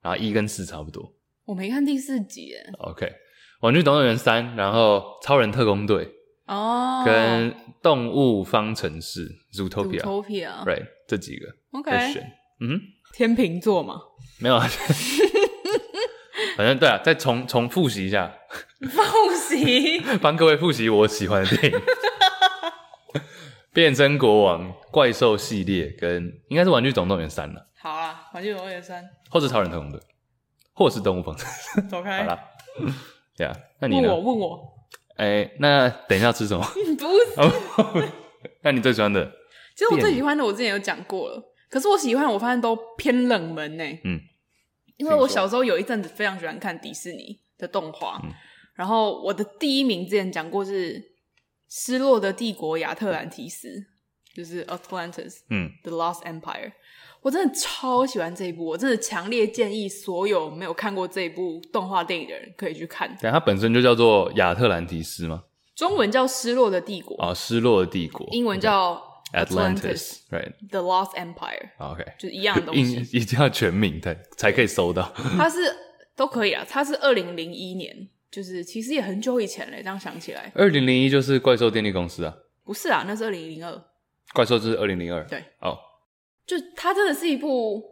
然后一跟四差不多。
我没看第四集耶
OK，《玩具总动员三》，然后《超人特工队》
哦，
跟《动物方程式》Zootopia，Right
Utopia，OK，
这几个在选。嗯哼，
天秤座嘛，
没有啊， 反正对啊，再重重复习一下，
复习
帮各位复习我喜欢的电影，《 变身国王》、怪兽系列跟应该是《玩具总动员三》了，
好啊，环境总动员三，
或是《超人特工队》，或是《动物方程式
走》。
好
开。
啦，对啊，那你
问
呢
哎我？问我，
哎、那等一下吃什么？
不是，
那你最喜欢的？
其实我最喜欢的我之前有讲过了，可是我喜欢的我发现都偏冷门呢、
嗯，
因为我小时候有一阵子非常喜欢看迪士尼的动画，
嗯
然后我的第一名之前讲过是《失落的帝国》亚特兰提斯，就是 Atlantis
嗯，
The Lost Empire。我真的超喜欢这一部，我真的强烈建议所有没有看过这一部动画电影的人可以去看。
等一下它本身就叫做亚特兰提斯吗？
中文叫《失落的帝国》
啊，失落的帝国，
英文叫 Atlantis
Atlantis，right？
The Lost Empire，
OK，
就是一样的东西。
英 一定要全名才才可以搜到。
它是都可以啊，它是二零零一年，就是其实也很久以前嘞。这样想起来，
二零零一就是怪兽电力公司啊，
不是啊，那是二零零二。
怪兽就是二零零二。
对，
哦，
就它真的是一部，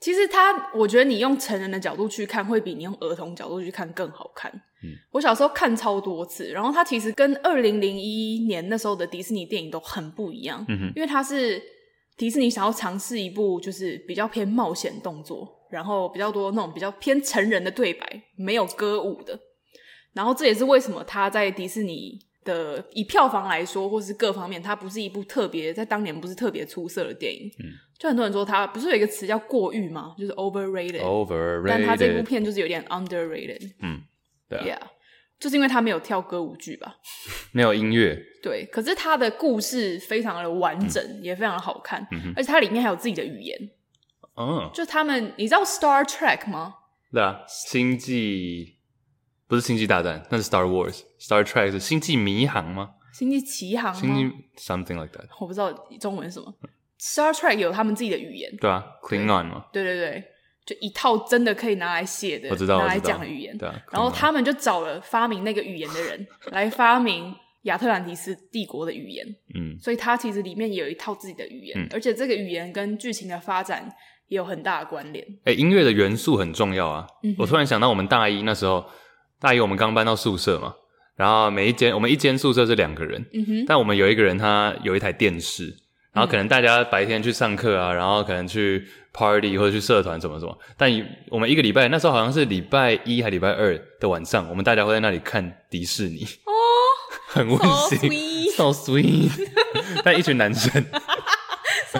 其实它我觉得你用成人的角度去看，会比你用儿童角度去看更好看。
嗯，
我小时候看超多次，然后它其实跟二零零一年那时候的迪士尼电影都很不一样，
嗯哼，
因为它是迪士尼想要尝试一部就是比较偏冒险动作，然后比较多那种比较偏成人的对白，没有歌舞的。然后这也是为什么它在迪士尼的以票房来说，或是各方面，它不是一部特别在当年不是特别出色的电影。
嗯，
就很多人说它不是有一个词叫过誉吗？就是 overrated。
Overrated。
但它这部片就是有点 underrated。
嗯，对啊
Yeah，就是因为它没有跳歌舞剧吧？
没有音乐，
对，可是它的故事非常的完整，也非常的好看，
嗯哼，
而且它里面还有自己的语言。
嗯，
就他们，你知道 Star Trek 吗？
对啊，星际不是星际大战，那是 Star Wars，Star Trek 是星际迷航吗？
星际奇航
星
吗？
际 something like that，
我不知道中文是什么。Star Trek 有他们自己的语言，
对啊，Klingon 嘛，
对对对，就一套真的可以拿来写的，
我知道，
拿
我
来
知道
讲的语言。
对啊，
然后
Klingon
他们就找了发明那个语言的人来发明亚特兰蒂斯帝国的语言，
嗯
所以它其实里面有一套自己的语言，
嗯
而且这个语言跟剧情的发展也有很大的关联。
哎、音乐的元素很重要啊！
嗯哼
我突然想到，我们大一那时候，大一我们刚搬到宿舍嘛，然后每一间我们一间宿舍是两个人，
嗯哼，
但我们有一个人他有一台电视，然后
嗯
可能大家白天去上课啊，然后可能去 party 或者去社团什么什么，但我们一个礼拜那时候好像是礼拜一还礼拜二的晚上，我们大家会在那里看迪士尼，哦， 很温
So
馨
sweet,
，so sweet，但一 群男生。
so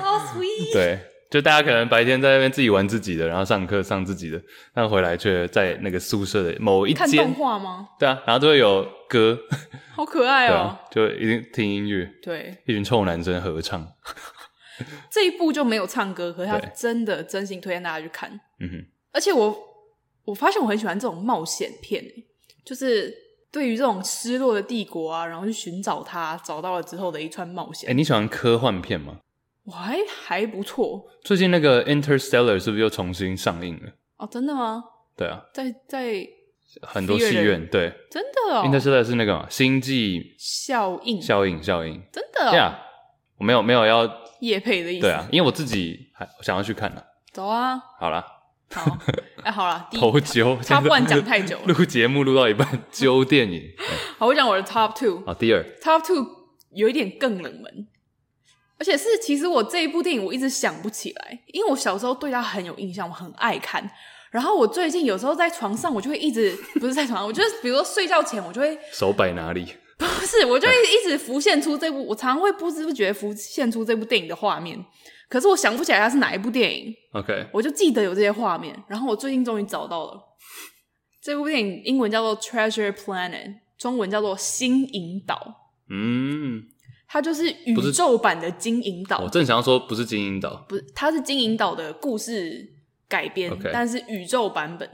sweet。
对，就大家可能白天在那边自己玩自己的，然后上课上自己的，但回来却在那个宿舍的某一
看动
间，
画吗？
对啊，然后都会有歌，
好可爱
对
哦、
啊，就一定听音乐，
对，
一群臭男生合唱，
这一部就没有唱歌，可是它
对
真的真心推荐大家去看。
嗯哼，
而且我我发现我很喜欢这种冒险片、欸，就是对于这种失落的帝国啊，然后去寻找它，找到了之后的一串冒
哎、
险，
你喜欢科幻片吗？
我还还不错
最近那个《Interstellar》是不是又重新上映了？
哦，真的吗？
对啊，
在在
很多
Fear
戏
的
院对，《
真的哦，
Interstellar》是那个嘛，星际
效应
效应效应，
真的
对
哦，
啊，我没有没有要
叶配的意思，
对啊，因为我自己还想要去看呢、
走啊，
好啦，
好，哎、好啦，第一
头揪，
他不然讲太久 了
录节目录到一半揪电影。
好，我讲我的 top two，
好，第二，
Top Two 有一点更冷门，而且是其实我这一部电影我一直想不起来，因为我小时候对它很有印象，我很爱看，然后我最近有时候在床上，我就会一直 不是在床上，我就是比如说睡觉前，我就会
手摆哪里？
不是，我就会一直浮现出这部，我常常会不知不觉浮现出这部电影的画面，可是我想不起来它是哪一部电影，
OK，
我就记得有这些画面。然后我最近终于找到了这部电影，英文叫做《Treasure Planet》，中文叫做《新引导》，
嗯，
它就是宇
不是
宙版的《金引导》
我正想要说不是金银岛
不是，它是金银岛的故事改编
OK
但是宇宙版本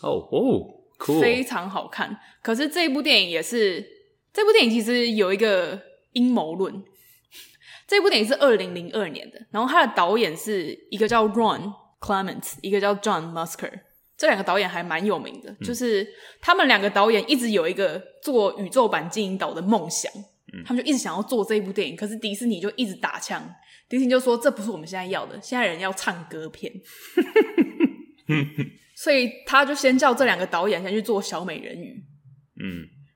哦哦
非
，cool，
常好看。可是这部电影也是，这部电影其实有一个阴谋论。 这部电影是二零零二年的，然后它的导演是一个叫 Ron Clements，一个叫 John Musker，这两个导演还蛮有名的。就是他们两个导演一直有一个做宇宙版《金银岛》的梦想，他们就一直想要做这一部电影，可是迪士尼就一直打枪，迪士尼就说这不是我们现在要的，现在人要唱歌片。所以他就先叫这两个导演先去做《小美人鱼
嗯，》。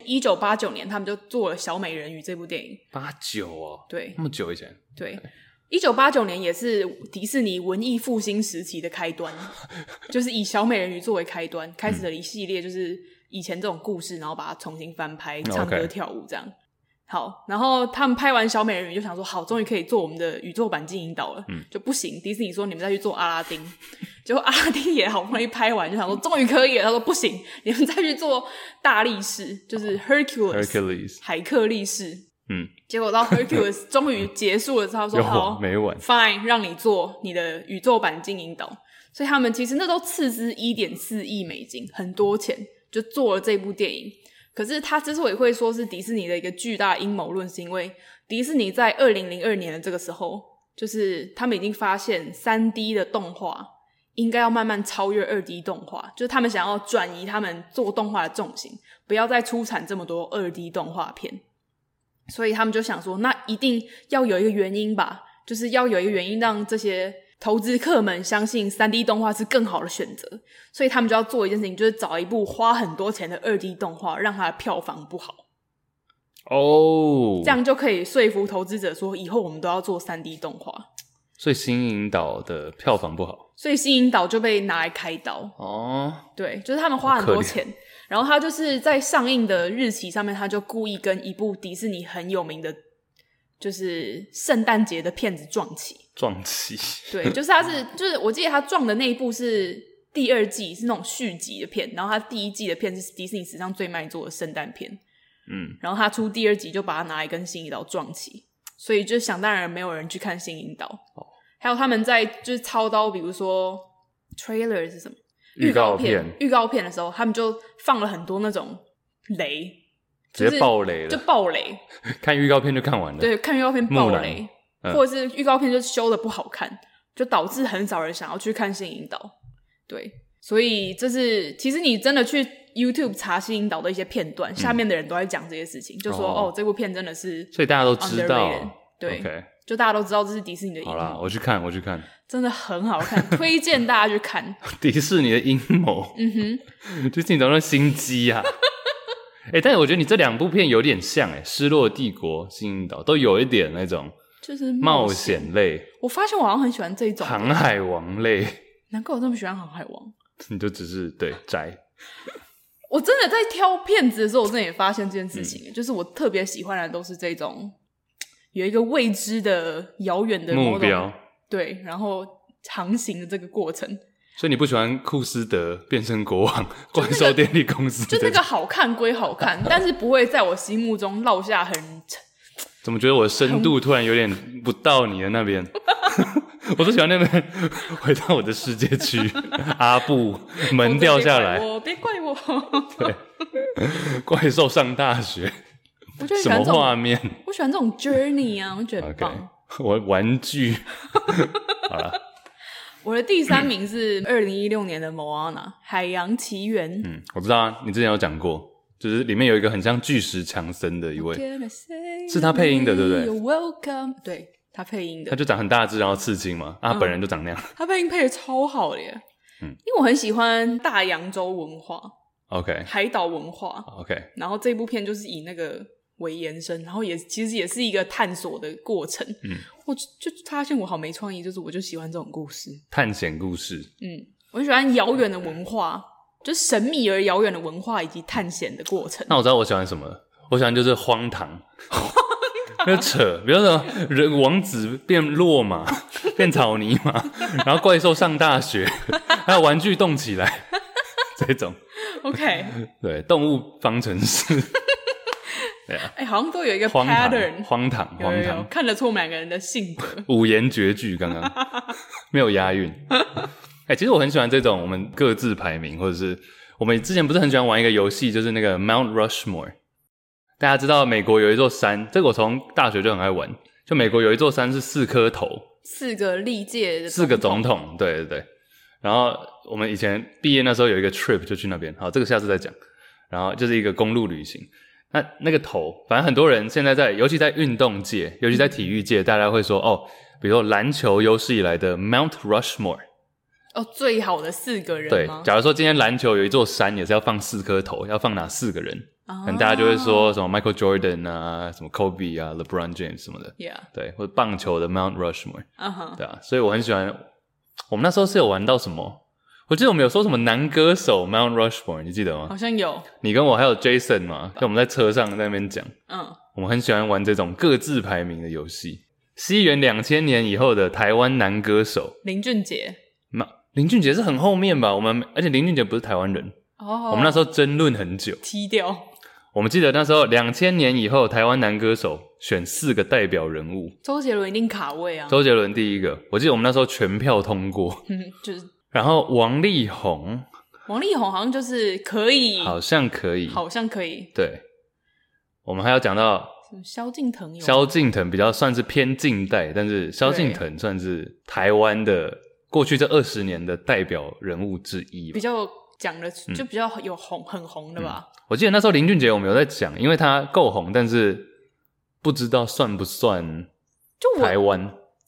一九八九年，他们就做了《小美人鱼》这部电影。
八九哦，
对
那么久以前，
对，一九八九年也是迪士尼文艺复兴时期的开端， 就是以《小美人鱼》作为开端，开始了一系列就是以前这种故事，然后把它重新翻拍，唱歌
嗯 OK
跳舞这样。好，然后他们拍完《小美人鱼》就想说，好，终于可以做我们的宇宙版《金银岛》了，
嗯
就不行。迪士尼说你们再去做阿拉丁，结果阿拉丁也好不容易拍完，就想说终于可以了，他说不行，你们再去做大力士，就是
哦，Hercules
海克力士。
嗯，
结果到 Hercules 终于结束了之后，他说
有啊
好
完没完？
，Fine，让你做你的宇宙版金银岛。所以他们其实那都斥资一点四亿美金，很多钱就做了这部电影。可是他之所以会说是迪士尼的一个巨大阴谋论，是因为迪士尼在二零零二年的这个时候，就是他们已经发现三 D 的动画应该要慢慢超越二 D 动画，就是他们想要转移他们做动画的重心，不要再出产这么多二 D 动画片。所以他们就想说，那一定要有一个原因吧，就是要有一个原因让这些投资客们相信三 D 动画是更好的选择。所以他们就要做一件事情，就是找一部花很多钱的二 D 动画，让它的票房不好，
哦，
这样就可以说服投资者说，以后我们都要做三 D 动画。
所以新引岛的票房不好
所以新引导就被拿来开刀，
哦，
对，就是他们花很多钱，然后他就是在上映的日期上面，他就故意跟一部迪士尼很有名的，就是圣诞节的片子撞起。
撞期，
对， 就是他是就是我记得他撞的那一部是第二季，是那种续集的片，然后他第一季的片是迪士尼史上最卖座的圣诞片，
嗯，
然后他出第二集就把它拿来跟新引导撞起，所以就想当然没有人去看新引导。哦，还有他们在就是操刀，比如说 trailer 是什么
预告
片
片，
预告片的时候，他们就放了很多那种雷，
直
就是
接爆雷
就
了，
爆雷，
看预告片就看完了，
对，看预告片爆雷，
木兰嗯
或者是预告片就修的不好看，就导致很少人想要去看新引导。对，所以这是其实你真的去 YouTube 查新引导的一些片段，下面的人都在讲这些事情，就说
嗯哦
哦，这部片真的是
所以大家都知道
underrated，对
o k
就大家都知道这是迪士尼的阴
好啦，
谋，
我去看，我去看
真的很好看，推荐大家去看。
迪士尼的阴谋，
嗯 哼，
迪士尼怎么心机 啊？哎、但是我觉得你这两部片有点像哎、失落帝国》《新引岛》都有一点那种
就是
冒
险。
险类、
我发现我好像很喜欢这一种，
航海王类，
难怪我这么喜欢《航海王》。
你就只是对宅
我真的在挑片子的时候，我真的也发现这件事
嗯
情，就是我特别喜欢的都是这种有一个未知的、遥远的某
目
种
标，，
对，然后航行的这个 过程，
所以你不喜欢库斯德变身国 王、
那
怪
个
兽电力公司
就
的？
那个好看归好 看，但是不会在我心目中落下很
怎么觉得我的深度突然有点不到你的那边？ 我都喜欢那边回到我的世界区， 阿布门掉下来，
我哦别怪我，
怪兽上大学，
我就很喜
什
欢
么
这
画
种，
面
我喜欢这种 journey 啊，我觉得很
？OK，
棒。
我玩具
我的第三名是 二零一六年的《Moana》海洋奇缘。
嗯，我知道啊，你之前有讲过，就是里面有一个很像巨石强森的一位，是
是
他配音的对不对
You're welcome，对他配音的
他，就长很大只，然后刺青嘛，
嗯
啊，他本人就长那样。
他配音配的超好的耶。
嗯
因为我很喜欢大洋洲文化、海岛文化，
OK，OK，
然后这部片就是以那个为延伸，然后也其实也是一个探索的过程。
嗯，
我就就发现我好没创意，就是我就喜欢这种故事。
探险故事，
嗯，我喜欢遥远的文化，就神秘而遥远的文化以及探险的过程。
那我知道我喜欢什么了，我喜欢就是荒唐，那 扯，比如说什么人王子变落马，变草泥马，然后怪兽上大学，还有玩具动起来，这种
OK，哎、
对动物方程式，
哎好像都有一个
荒唐
pattern，，
荒唐，
有
荒
有有
唐，
看得出我们两个人的性 格。
五言绝句，刚 刚没有押韵。 哎、其实我很喜欢这种我们各自排名，或者是我们之前不是很喜欢玩一个游戏，就是那个 Mount Rushmore。大家知道美国有一座山，这个我从大学就很爱玩。就美国有一座山是四颗头，
四个历届的
四个总统，对对对。然后我们以前毕业那时候有一个 trip 就去那边，好，这个下次再讲。然后就是一个公路旅行，那那个头，反正很多人现在在，尤其在运动界，尤其在体育界，大家会说哦，比如说篮球有史以来的 Mount Rushmore，
哦，最好的四个人
对
吗，？
假如说今天篮球有一座山，也是要放四颗头，要放哪四个人？可
啊
能大家就会说什么 Michael Jordan 啊，什么 Kobe 啊，LeBron James 什么的，
，Yeah，
对，或者棒球的 Mount Rushmore。
嗯哼，
对啊，所以我很喜欢。我们那时候是有玩到什么？我记得我们有说什么男歌手 Mount Rushmore，你记得吗
好？像有，
你跟我还有 Jason 嘛，就我们在车上在那边讲，
嗯，
我们很喜欢玩这种各自排名的游戏。西元两千年以后的台湾男歌手，
林俊杰。
那林俊杰是很后面吧？我们而且林俊杰不是台湾人，
哦，
我们那时
候
候争论很久。
踢掉
我们记得那时候两千年以后台湾男歌手选四个代表人物，
周杰伦一定卡位啊，
周杰伦第一个，我记得我们那时候全票通过。
嗯，就是
然后王力宏，
王力宏好像就是可以，
好像可以。
好像可以，
对，我们还要讲到
什么萧敬腾有吗
萧敬腾，比较算是偏近代，但是萧敬腾算是台湾的过去这二十年的代表人物之一吧
比。较讲的
嗯
就比较有红很红的吧，
我记得那时候林俊杰我们有在讲，因为他够红，但是不知道算不算
就我
台湾。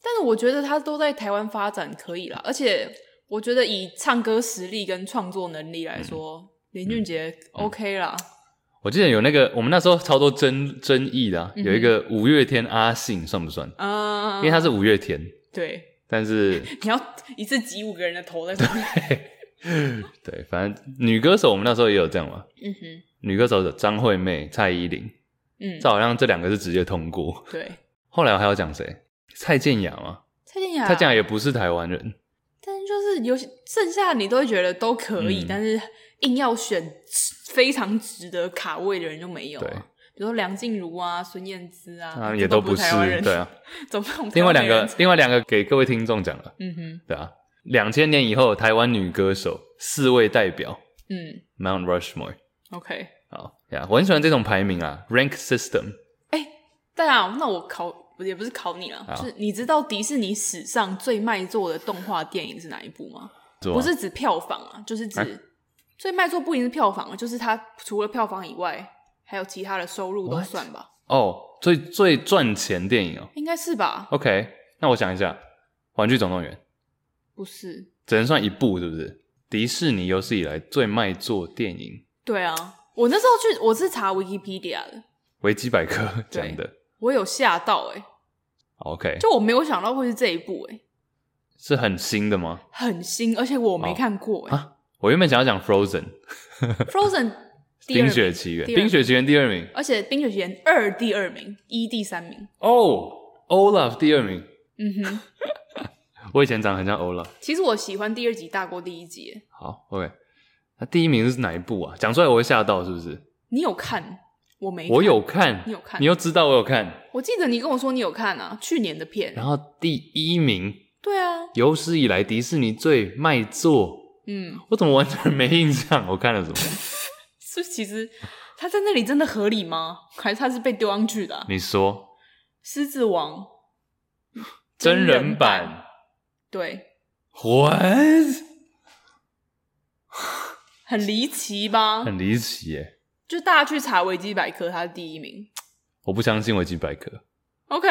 但是我觉得他都在台湾发展可以啦，而且我觉得以唱歌实力跟创作能力来说，
嗯
林俊杰 OK 啦。
我记得有那个，我们那时候超多争争议的啊、
嗯哼
有一个五月天阿信算不算？
嗯，
因为他是五月天，
对，
但 是
你要一次挤五个人的头 在上面。
对，反正女歌手我们那时候也有这样嘛，
嗯哼，
女歌手有张惠妹、蔡依林，
嗯
这，好像这两个是直接通过。
对。
后来我还要讲谁？蔡健雅嘛，
蔡健雅，
蔡健雅也不是台湾人，
但是就是有些剩下你都会觉得都可以，
嗯
但是硬要选非常值得卡位的人就没有、
对
啊。比如说梁静茹啊、孙燕姿啊，
啊，
这
也
都
不
是
是
台湾人，
对 啊。
怎么办？我们
另外
台
两
湾没
个
人，
另外两个给各位听众讲了，
嗯哼，
对啊，两千年以后台湾女歌手四位代表
嗯
Mount Rushmore。
，OK。
好呀，我很喜欢这种排名啊，rank system。
对啊，那我考也不是考你了，
好
就是你知道迪士尼史上最卖座的动画电影是哪一部吗？
吧
不是指票房啊，就是指、
啊
最卖座不一定是票房，啊就是它除了票房以外，还有其他的收入都
What？
算吧
哦，最最赚钱电影哦。
应该是吧？
OK，那我想一下，《玩具总动员》
不是，
只能算一部，对不对？迪士尼有史以来最卖座电影，
对啊，我那时候去我是查 Wikipedia 的，
维基百科
对
讲的。
我有吓到哎、
OK，
就我没有想到会是这一部哎、
是很新的吗？
很新，而且我没
哦
看 过哎、
啊我原本想要讲 Frozen《
Frozen 第
冰
二名，
雪奇缘》，
第
《
二名
冰雪奇缘》第二名
而且《冰雪奇缘二》第二名，一第三名，
哦，Olaf 第二名。
嗯哼。
我以前长得很像 Olaf。
其实我喜欢第二集大过第一集欸耶，
好，OK，那第一名是哪一部啊？讲出来我会吓到，是不是？
你有看？我没看
我有，看，
你有看
你又知道我有看。
我记得你跟我说你有看啊，去年的片。
然后第一名
对啊，
有史以来迪士尼最卖座，
嗯，
我怎么完全没印象？我看了什 么？
是其实他在那里真的合理吗？还是他是被丢上去的啊、
你说
狮子王
真人
人
版
对，
？What？
很离奇吧？
很离奇耶！
就大家去查维基百科，他是第一名。
我不相信维基百科，
OK，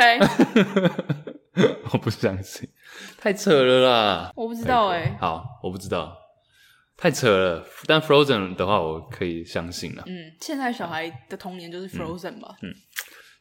我不相信，太扯了啦！
我不知道哎、
好，我不知道，太扯了。但 Frozen 的话，我可以相信啊啦。
嗯，现在小孩的童年就是
嗯
Frozen 吧？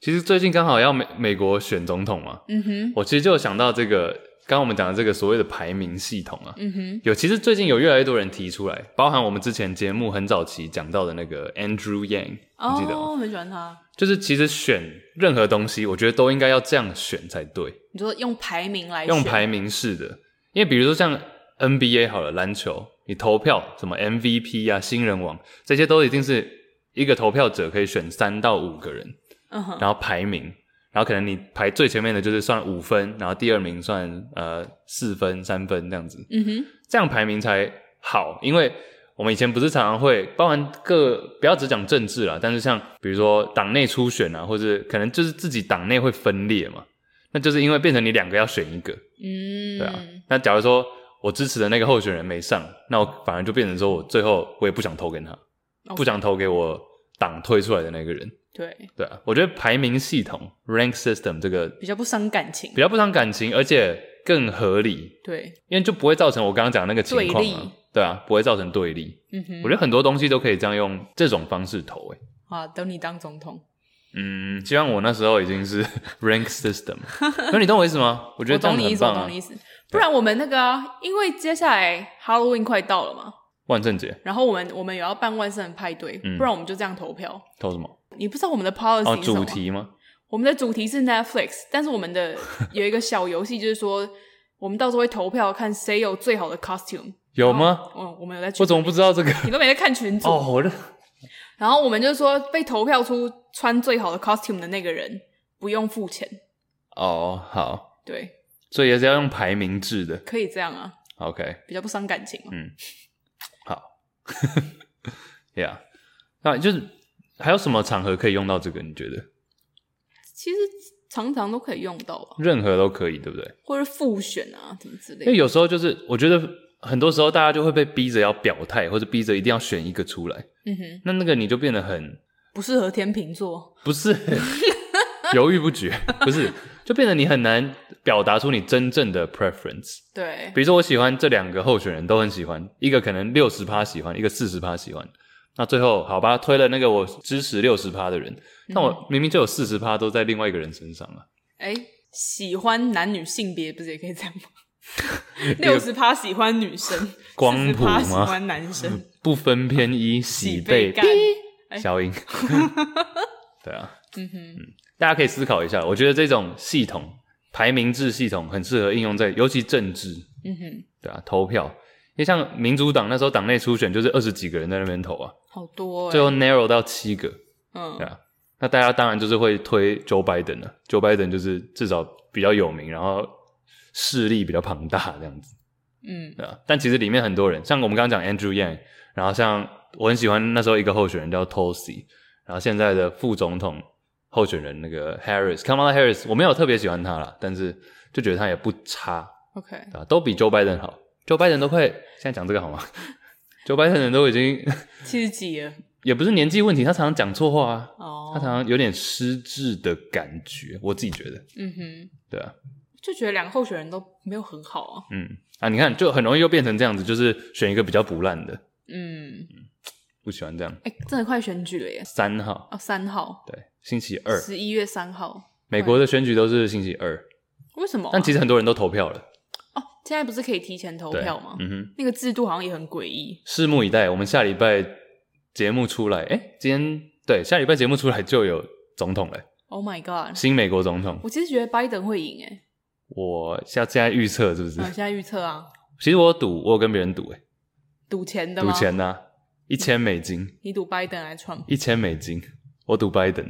其实最近刚好要美美国选总统嘛，
嗯哼，
我其实就有想到这个刚刚我们讲的这个所谓的排名系统啊，
嗯哼，
有其实最近有越来越多人提出来，包含我们之前节目很早期讲到的那个 Andrew Yang，你记得吗？
哦，很喜欢他。
就是其实选任何东西，我觉得都应该要这样选才对，
你说用排名来
用
选
排名式的。因为比如说像 NBA 好了，篮球你投票什么 MVP 啊、新人王这些都一定是一个投票者可以选三到五个人，
嗯哼，
然后排名，然后可能你排最前面的就是算五分，然后第二名算呃四分、三分这样子，
嗯哼，
这样排名才好。因为我们以前不是常常会，包含各不要只讲政治啦，但是像比如说党内初选啊，或者可能就是自己党内会分裂嘛，那就是因为变成你两个要选一个，
嗯，
对啊。那假如说我支持的那个候选人没上，那我反而就变成说我最后我也不想投给他，
OK
不想投给我党推出来的那个人。
对，
对啊，我觉得排名系统 rank system 这个
比较不伤感情
比，较不伤感情，而且更合理，
对，
因为就不会造成我刚刚讲的那个情况
对立
啊。对啊，不会造成对立。
嗯哼
我，觉得很多东西都可以这样用这种方式投、欸。
啊，等你当总统，
嗯，希望我那时候已经是 rank system，那你懂我意思吗？我
我
觉得这样
懂你意
很
思，我
棒
懂
啊
你意。思。不然我们那个啊，因为接下来 Halloween 快到了嘛，
万圣节
然后我们我们有要办万圣派对，
嗯
不然我们就这样投票。
投什么？
你不知道我们的
哦，
policy 是什啊
主
么？
题吗？
我们的主题是 Netflix，但是我们 的有一个小游戏，就是说我们到时候会投票看谁有最好的 costume。
有吗？
嗯，我们有在群
我，怎么不知道这个？
你都没在看群组。
哦，我的
然后我们就说被投票出穿最好的 costume 的那个人不用付钱，
哦好，
对，
所以也是要用排名制的。
可以这样啊，
OK，
比较不伤感情嘛。啊
Yeah，那就是还有什么场合可以用到这个？你觉得
其实常常都可以用到吧，
任何都可以，对不对？
或者复选啊，什么之类
因为
的。
有时候就是我觉得很多时候大家就会被逼着要表态，或者逼着一定要选一个出来，
嗯哼，
那那个你就变得很
不适合天秤座。
不是 犹豫不决，不是就变得你很难表达出你真正的 preference。
对，
比如说我喜欢这两个候选人都很喜欢，一个可能六十趴喜欢，一个四十趴喜欢。那最后好吧，推了那个我支持六十趴的人，
嗯
那我明明就有四十趴都在另外一个人身上啊。
哎，喜欢男女性别不是也可以这样 吗？ 六十趴喜欢女生，
光谱吗嗯
40%喜欢男生，
不分偏一，喜被
干。哎
消 音。对啊，
嗯哼，
大家可以思考一下，我觉得这种系统排名制系统很适合应用在尤其政治，
嗯哼，
对啊，投票。因为像民主党那时候党内初选就是二十几个人在那边投啊，
好多哎、
最后 narrow 到七个，对
嗯，
啊。那大家当然就是会推 Joe Biden 了，Joe Biden 就是至少比较有名，然后势力比较庞大这样子。
嗯，
对啊，但其实里面很多人，像我们刚刚讲 Andrew Yang，然后像我很喜欢那时候一个候选人叫 Tosi，然后现在的副总统候选人那个 Harris，Kamala Harris，我没有特别喜欢他啦，但是就觉得他也不差，
，OK，
对吧、啊都比 Joe Biden 好，Joe Biden 都快现在讲这个好吗 ？Joe Biden 都已经
七十几了，
也不是年纪问题，他常常讲错话啊，
哦，
他常常有点失智的感觉，我自己觉得，
嗯哼，
对啊，
就觉得两个候选人都没有很好啊，
嗯啊，你看就很容易又变成这样子，就是选一个比较不烂的，
嗯，
不喜欢这样。
哎、真的快选举了耶，
三号，
哦，三号，
对，星期二，
十一月三号，
美国的选举都是星期二，
为什么啊、
但其实很多人都投票了，
哦，现在不是可以提前投
对
票吗？
嗯哼，
那个制度好像也很诡异，
拭目以待。我们下礼拜节目出来，哎，今天对，下礼拜节目出来就有总统了，
Oh my god！
新美国总统。
我其实觉得拜登会赢诶、
我下现在预测是不是
欸，啊，？现在预测啊，
其实我有赌，我有跟别人赌，哎，
赌钱的
赌
吗？
钱呐、一千美金，
你赌拜登还是 Trump
一千美金，我赌拜登，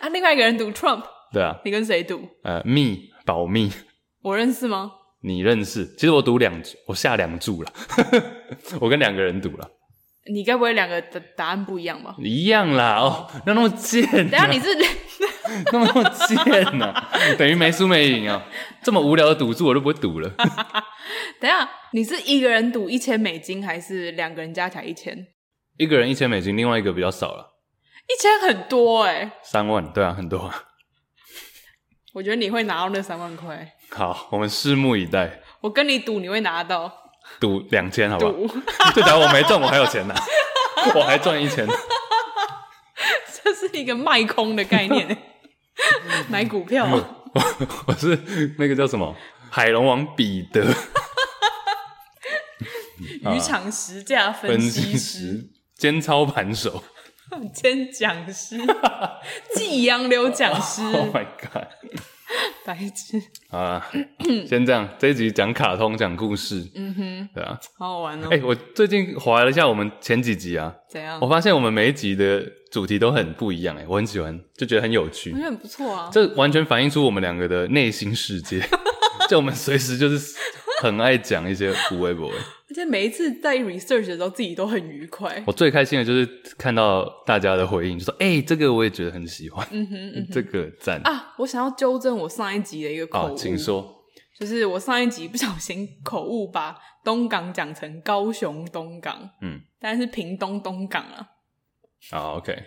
啊？另外一个人赌 Trump，
对啊，
你跟谁赌？
呃，密保密，
我认识吗？
你认识？其实我赌两，我下两注了， 我跟两个人赌了，
你该不会两个的答案不一样吧？
一样啦，哦，那那么贱、啊，
等一下你是
那么贱呢、等于没输没赢啊！这么无聊的赌注我都不会赌了。
等一下你是一个人赌一千美金，还是两个人加起来一千？一
一个人一千美金，另外一个比较少了，
千很多诶、
三万，对啊，很多。
我觉得你会拿到那三万块。
好，我们拭目以待，
我跟你赌，你会拿到
赌两千好不好？
赌，
就假如我没中，我还有钱拿，我还赚一千。
这是一个卖空的概念、欸，买股票啊、
我 是那个叫什么海龙王彼得
渔场实价分
啊分
析
析
师、
师兼操盘手。
兼 讲师、季杨流讲师，
Oh my god！
白痴，
好啦，先这样，这一集讲卡通，讲故事。嗯哼，对啊。
好好玩哦。
哎、我最近划了一下我们前几集啊，
怎样？
我
我
发现我们每一集的主题都很不一样、哎，我很喜欢，就觉得很有趣
觉。得很不错啊。
这完全反映出我们两个的内心世界。 就我们随时就是很爱讲一些无微不微。
而且每一次在 research 的时候，自己都很愉快。
我最开心的就是看到大家的回应，就说：“哎、这个我也觉得很喜欢，
嗯哼嗯
这个赞。
啊，我想要纠正我上一集的一个口
好，
误，
哦请说。
就是我上一集不小心口误把东港讲成高雄东港，
嗯，
但是屏东东港啊。
好，OK，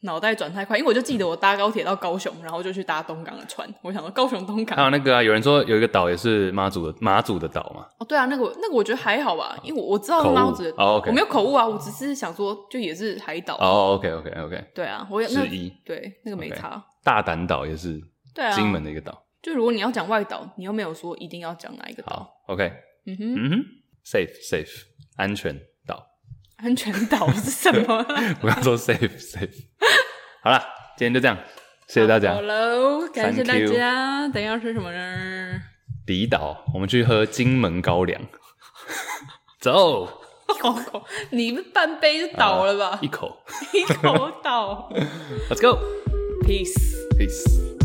脑袋转太快，因为我就记得我搭高铁到高雄，然后就去搭东港的船。我想说高雄东 港
还有那个啊，有人说有一个岛也是妈祖的妈祖的岛嘛，
哦，对啊，那个我那个我觉得还好吧，因为我我知道
啊口误
猫子，
哦，OK
我没有口误啊，我只是想说，就也是海岛，
哦，OK，OK，OK、
对啊，我也
之
那
一
对那个没
OK
差
大胆岛也是
对啊，
金门的一个岛。
就如果你要讲外岛，你又没有说一定要讲哪一个岛，
好，OK，
嗯哼，
嗯哼，safe safe，安全岛。
安全岛是什么？
我刚说 safe safe。好啦，今天就这样，谢谢大家
好。喽，感谢大
Thank you
家。等一下吃什么呢？
离岛，我们去喝金门高 粱。走，啊
你们半杯就倒了吧
一，口
一口倒。
，Let's go，peace
Peace。。
Peace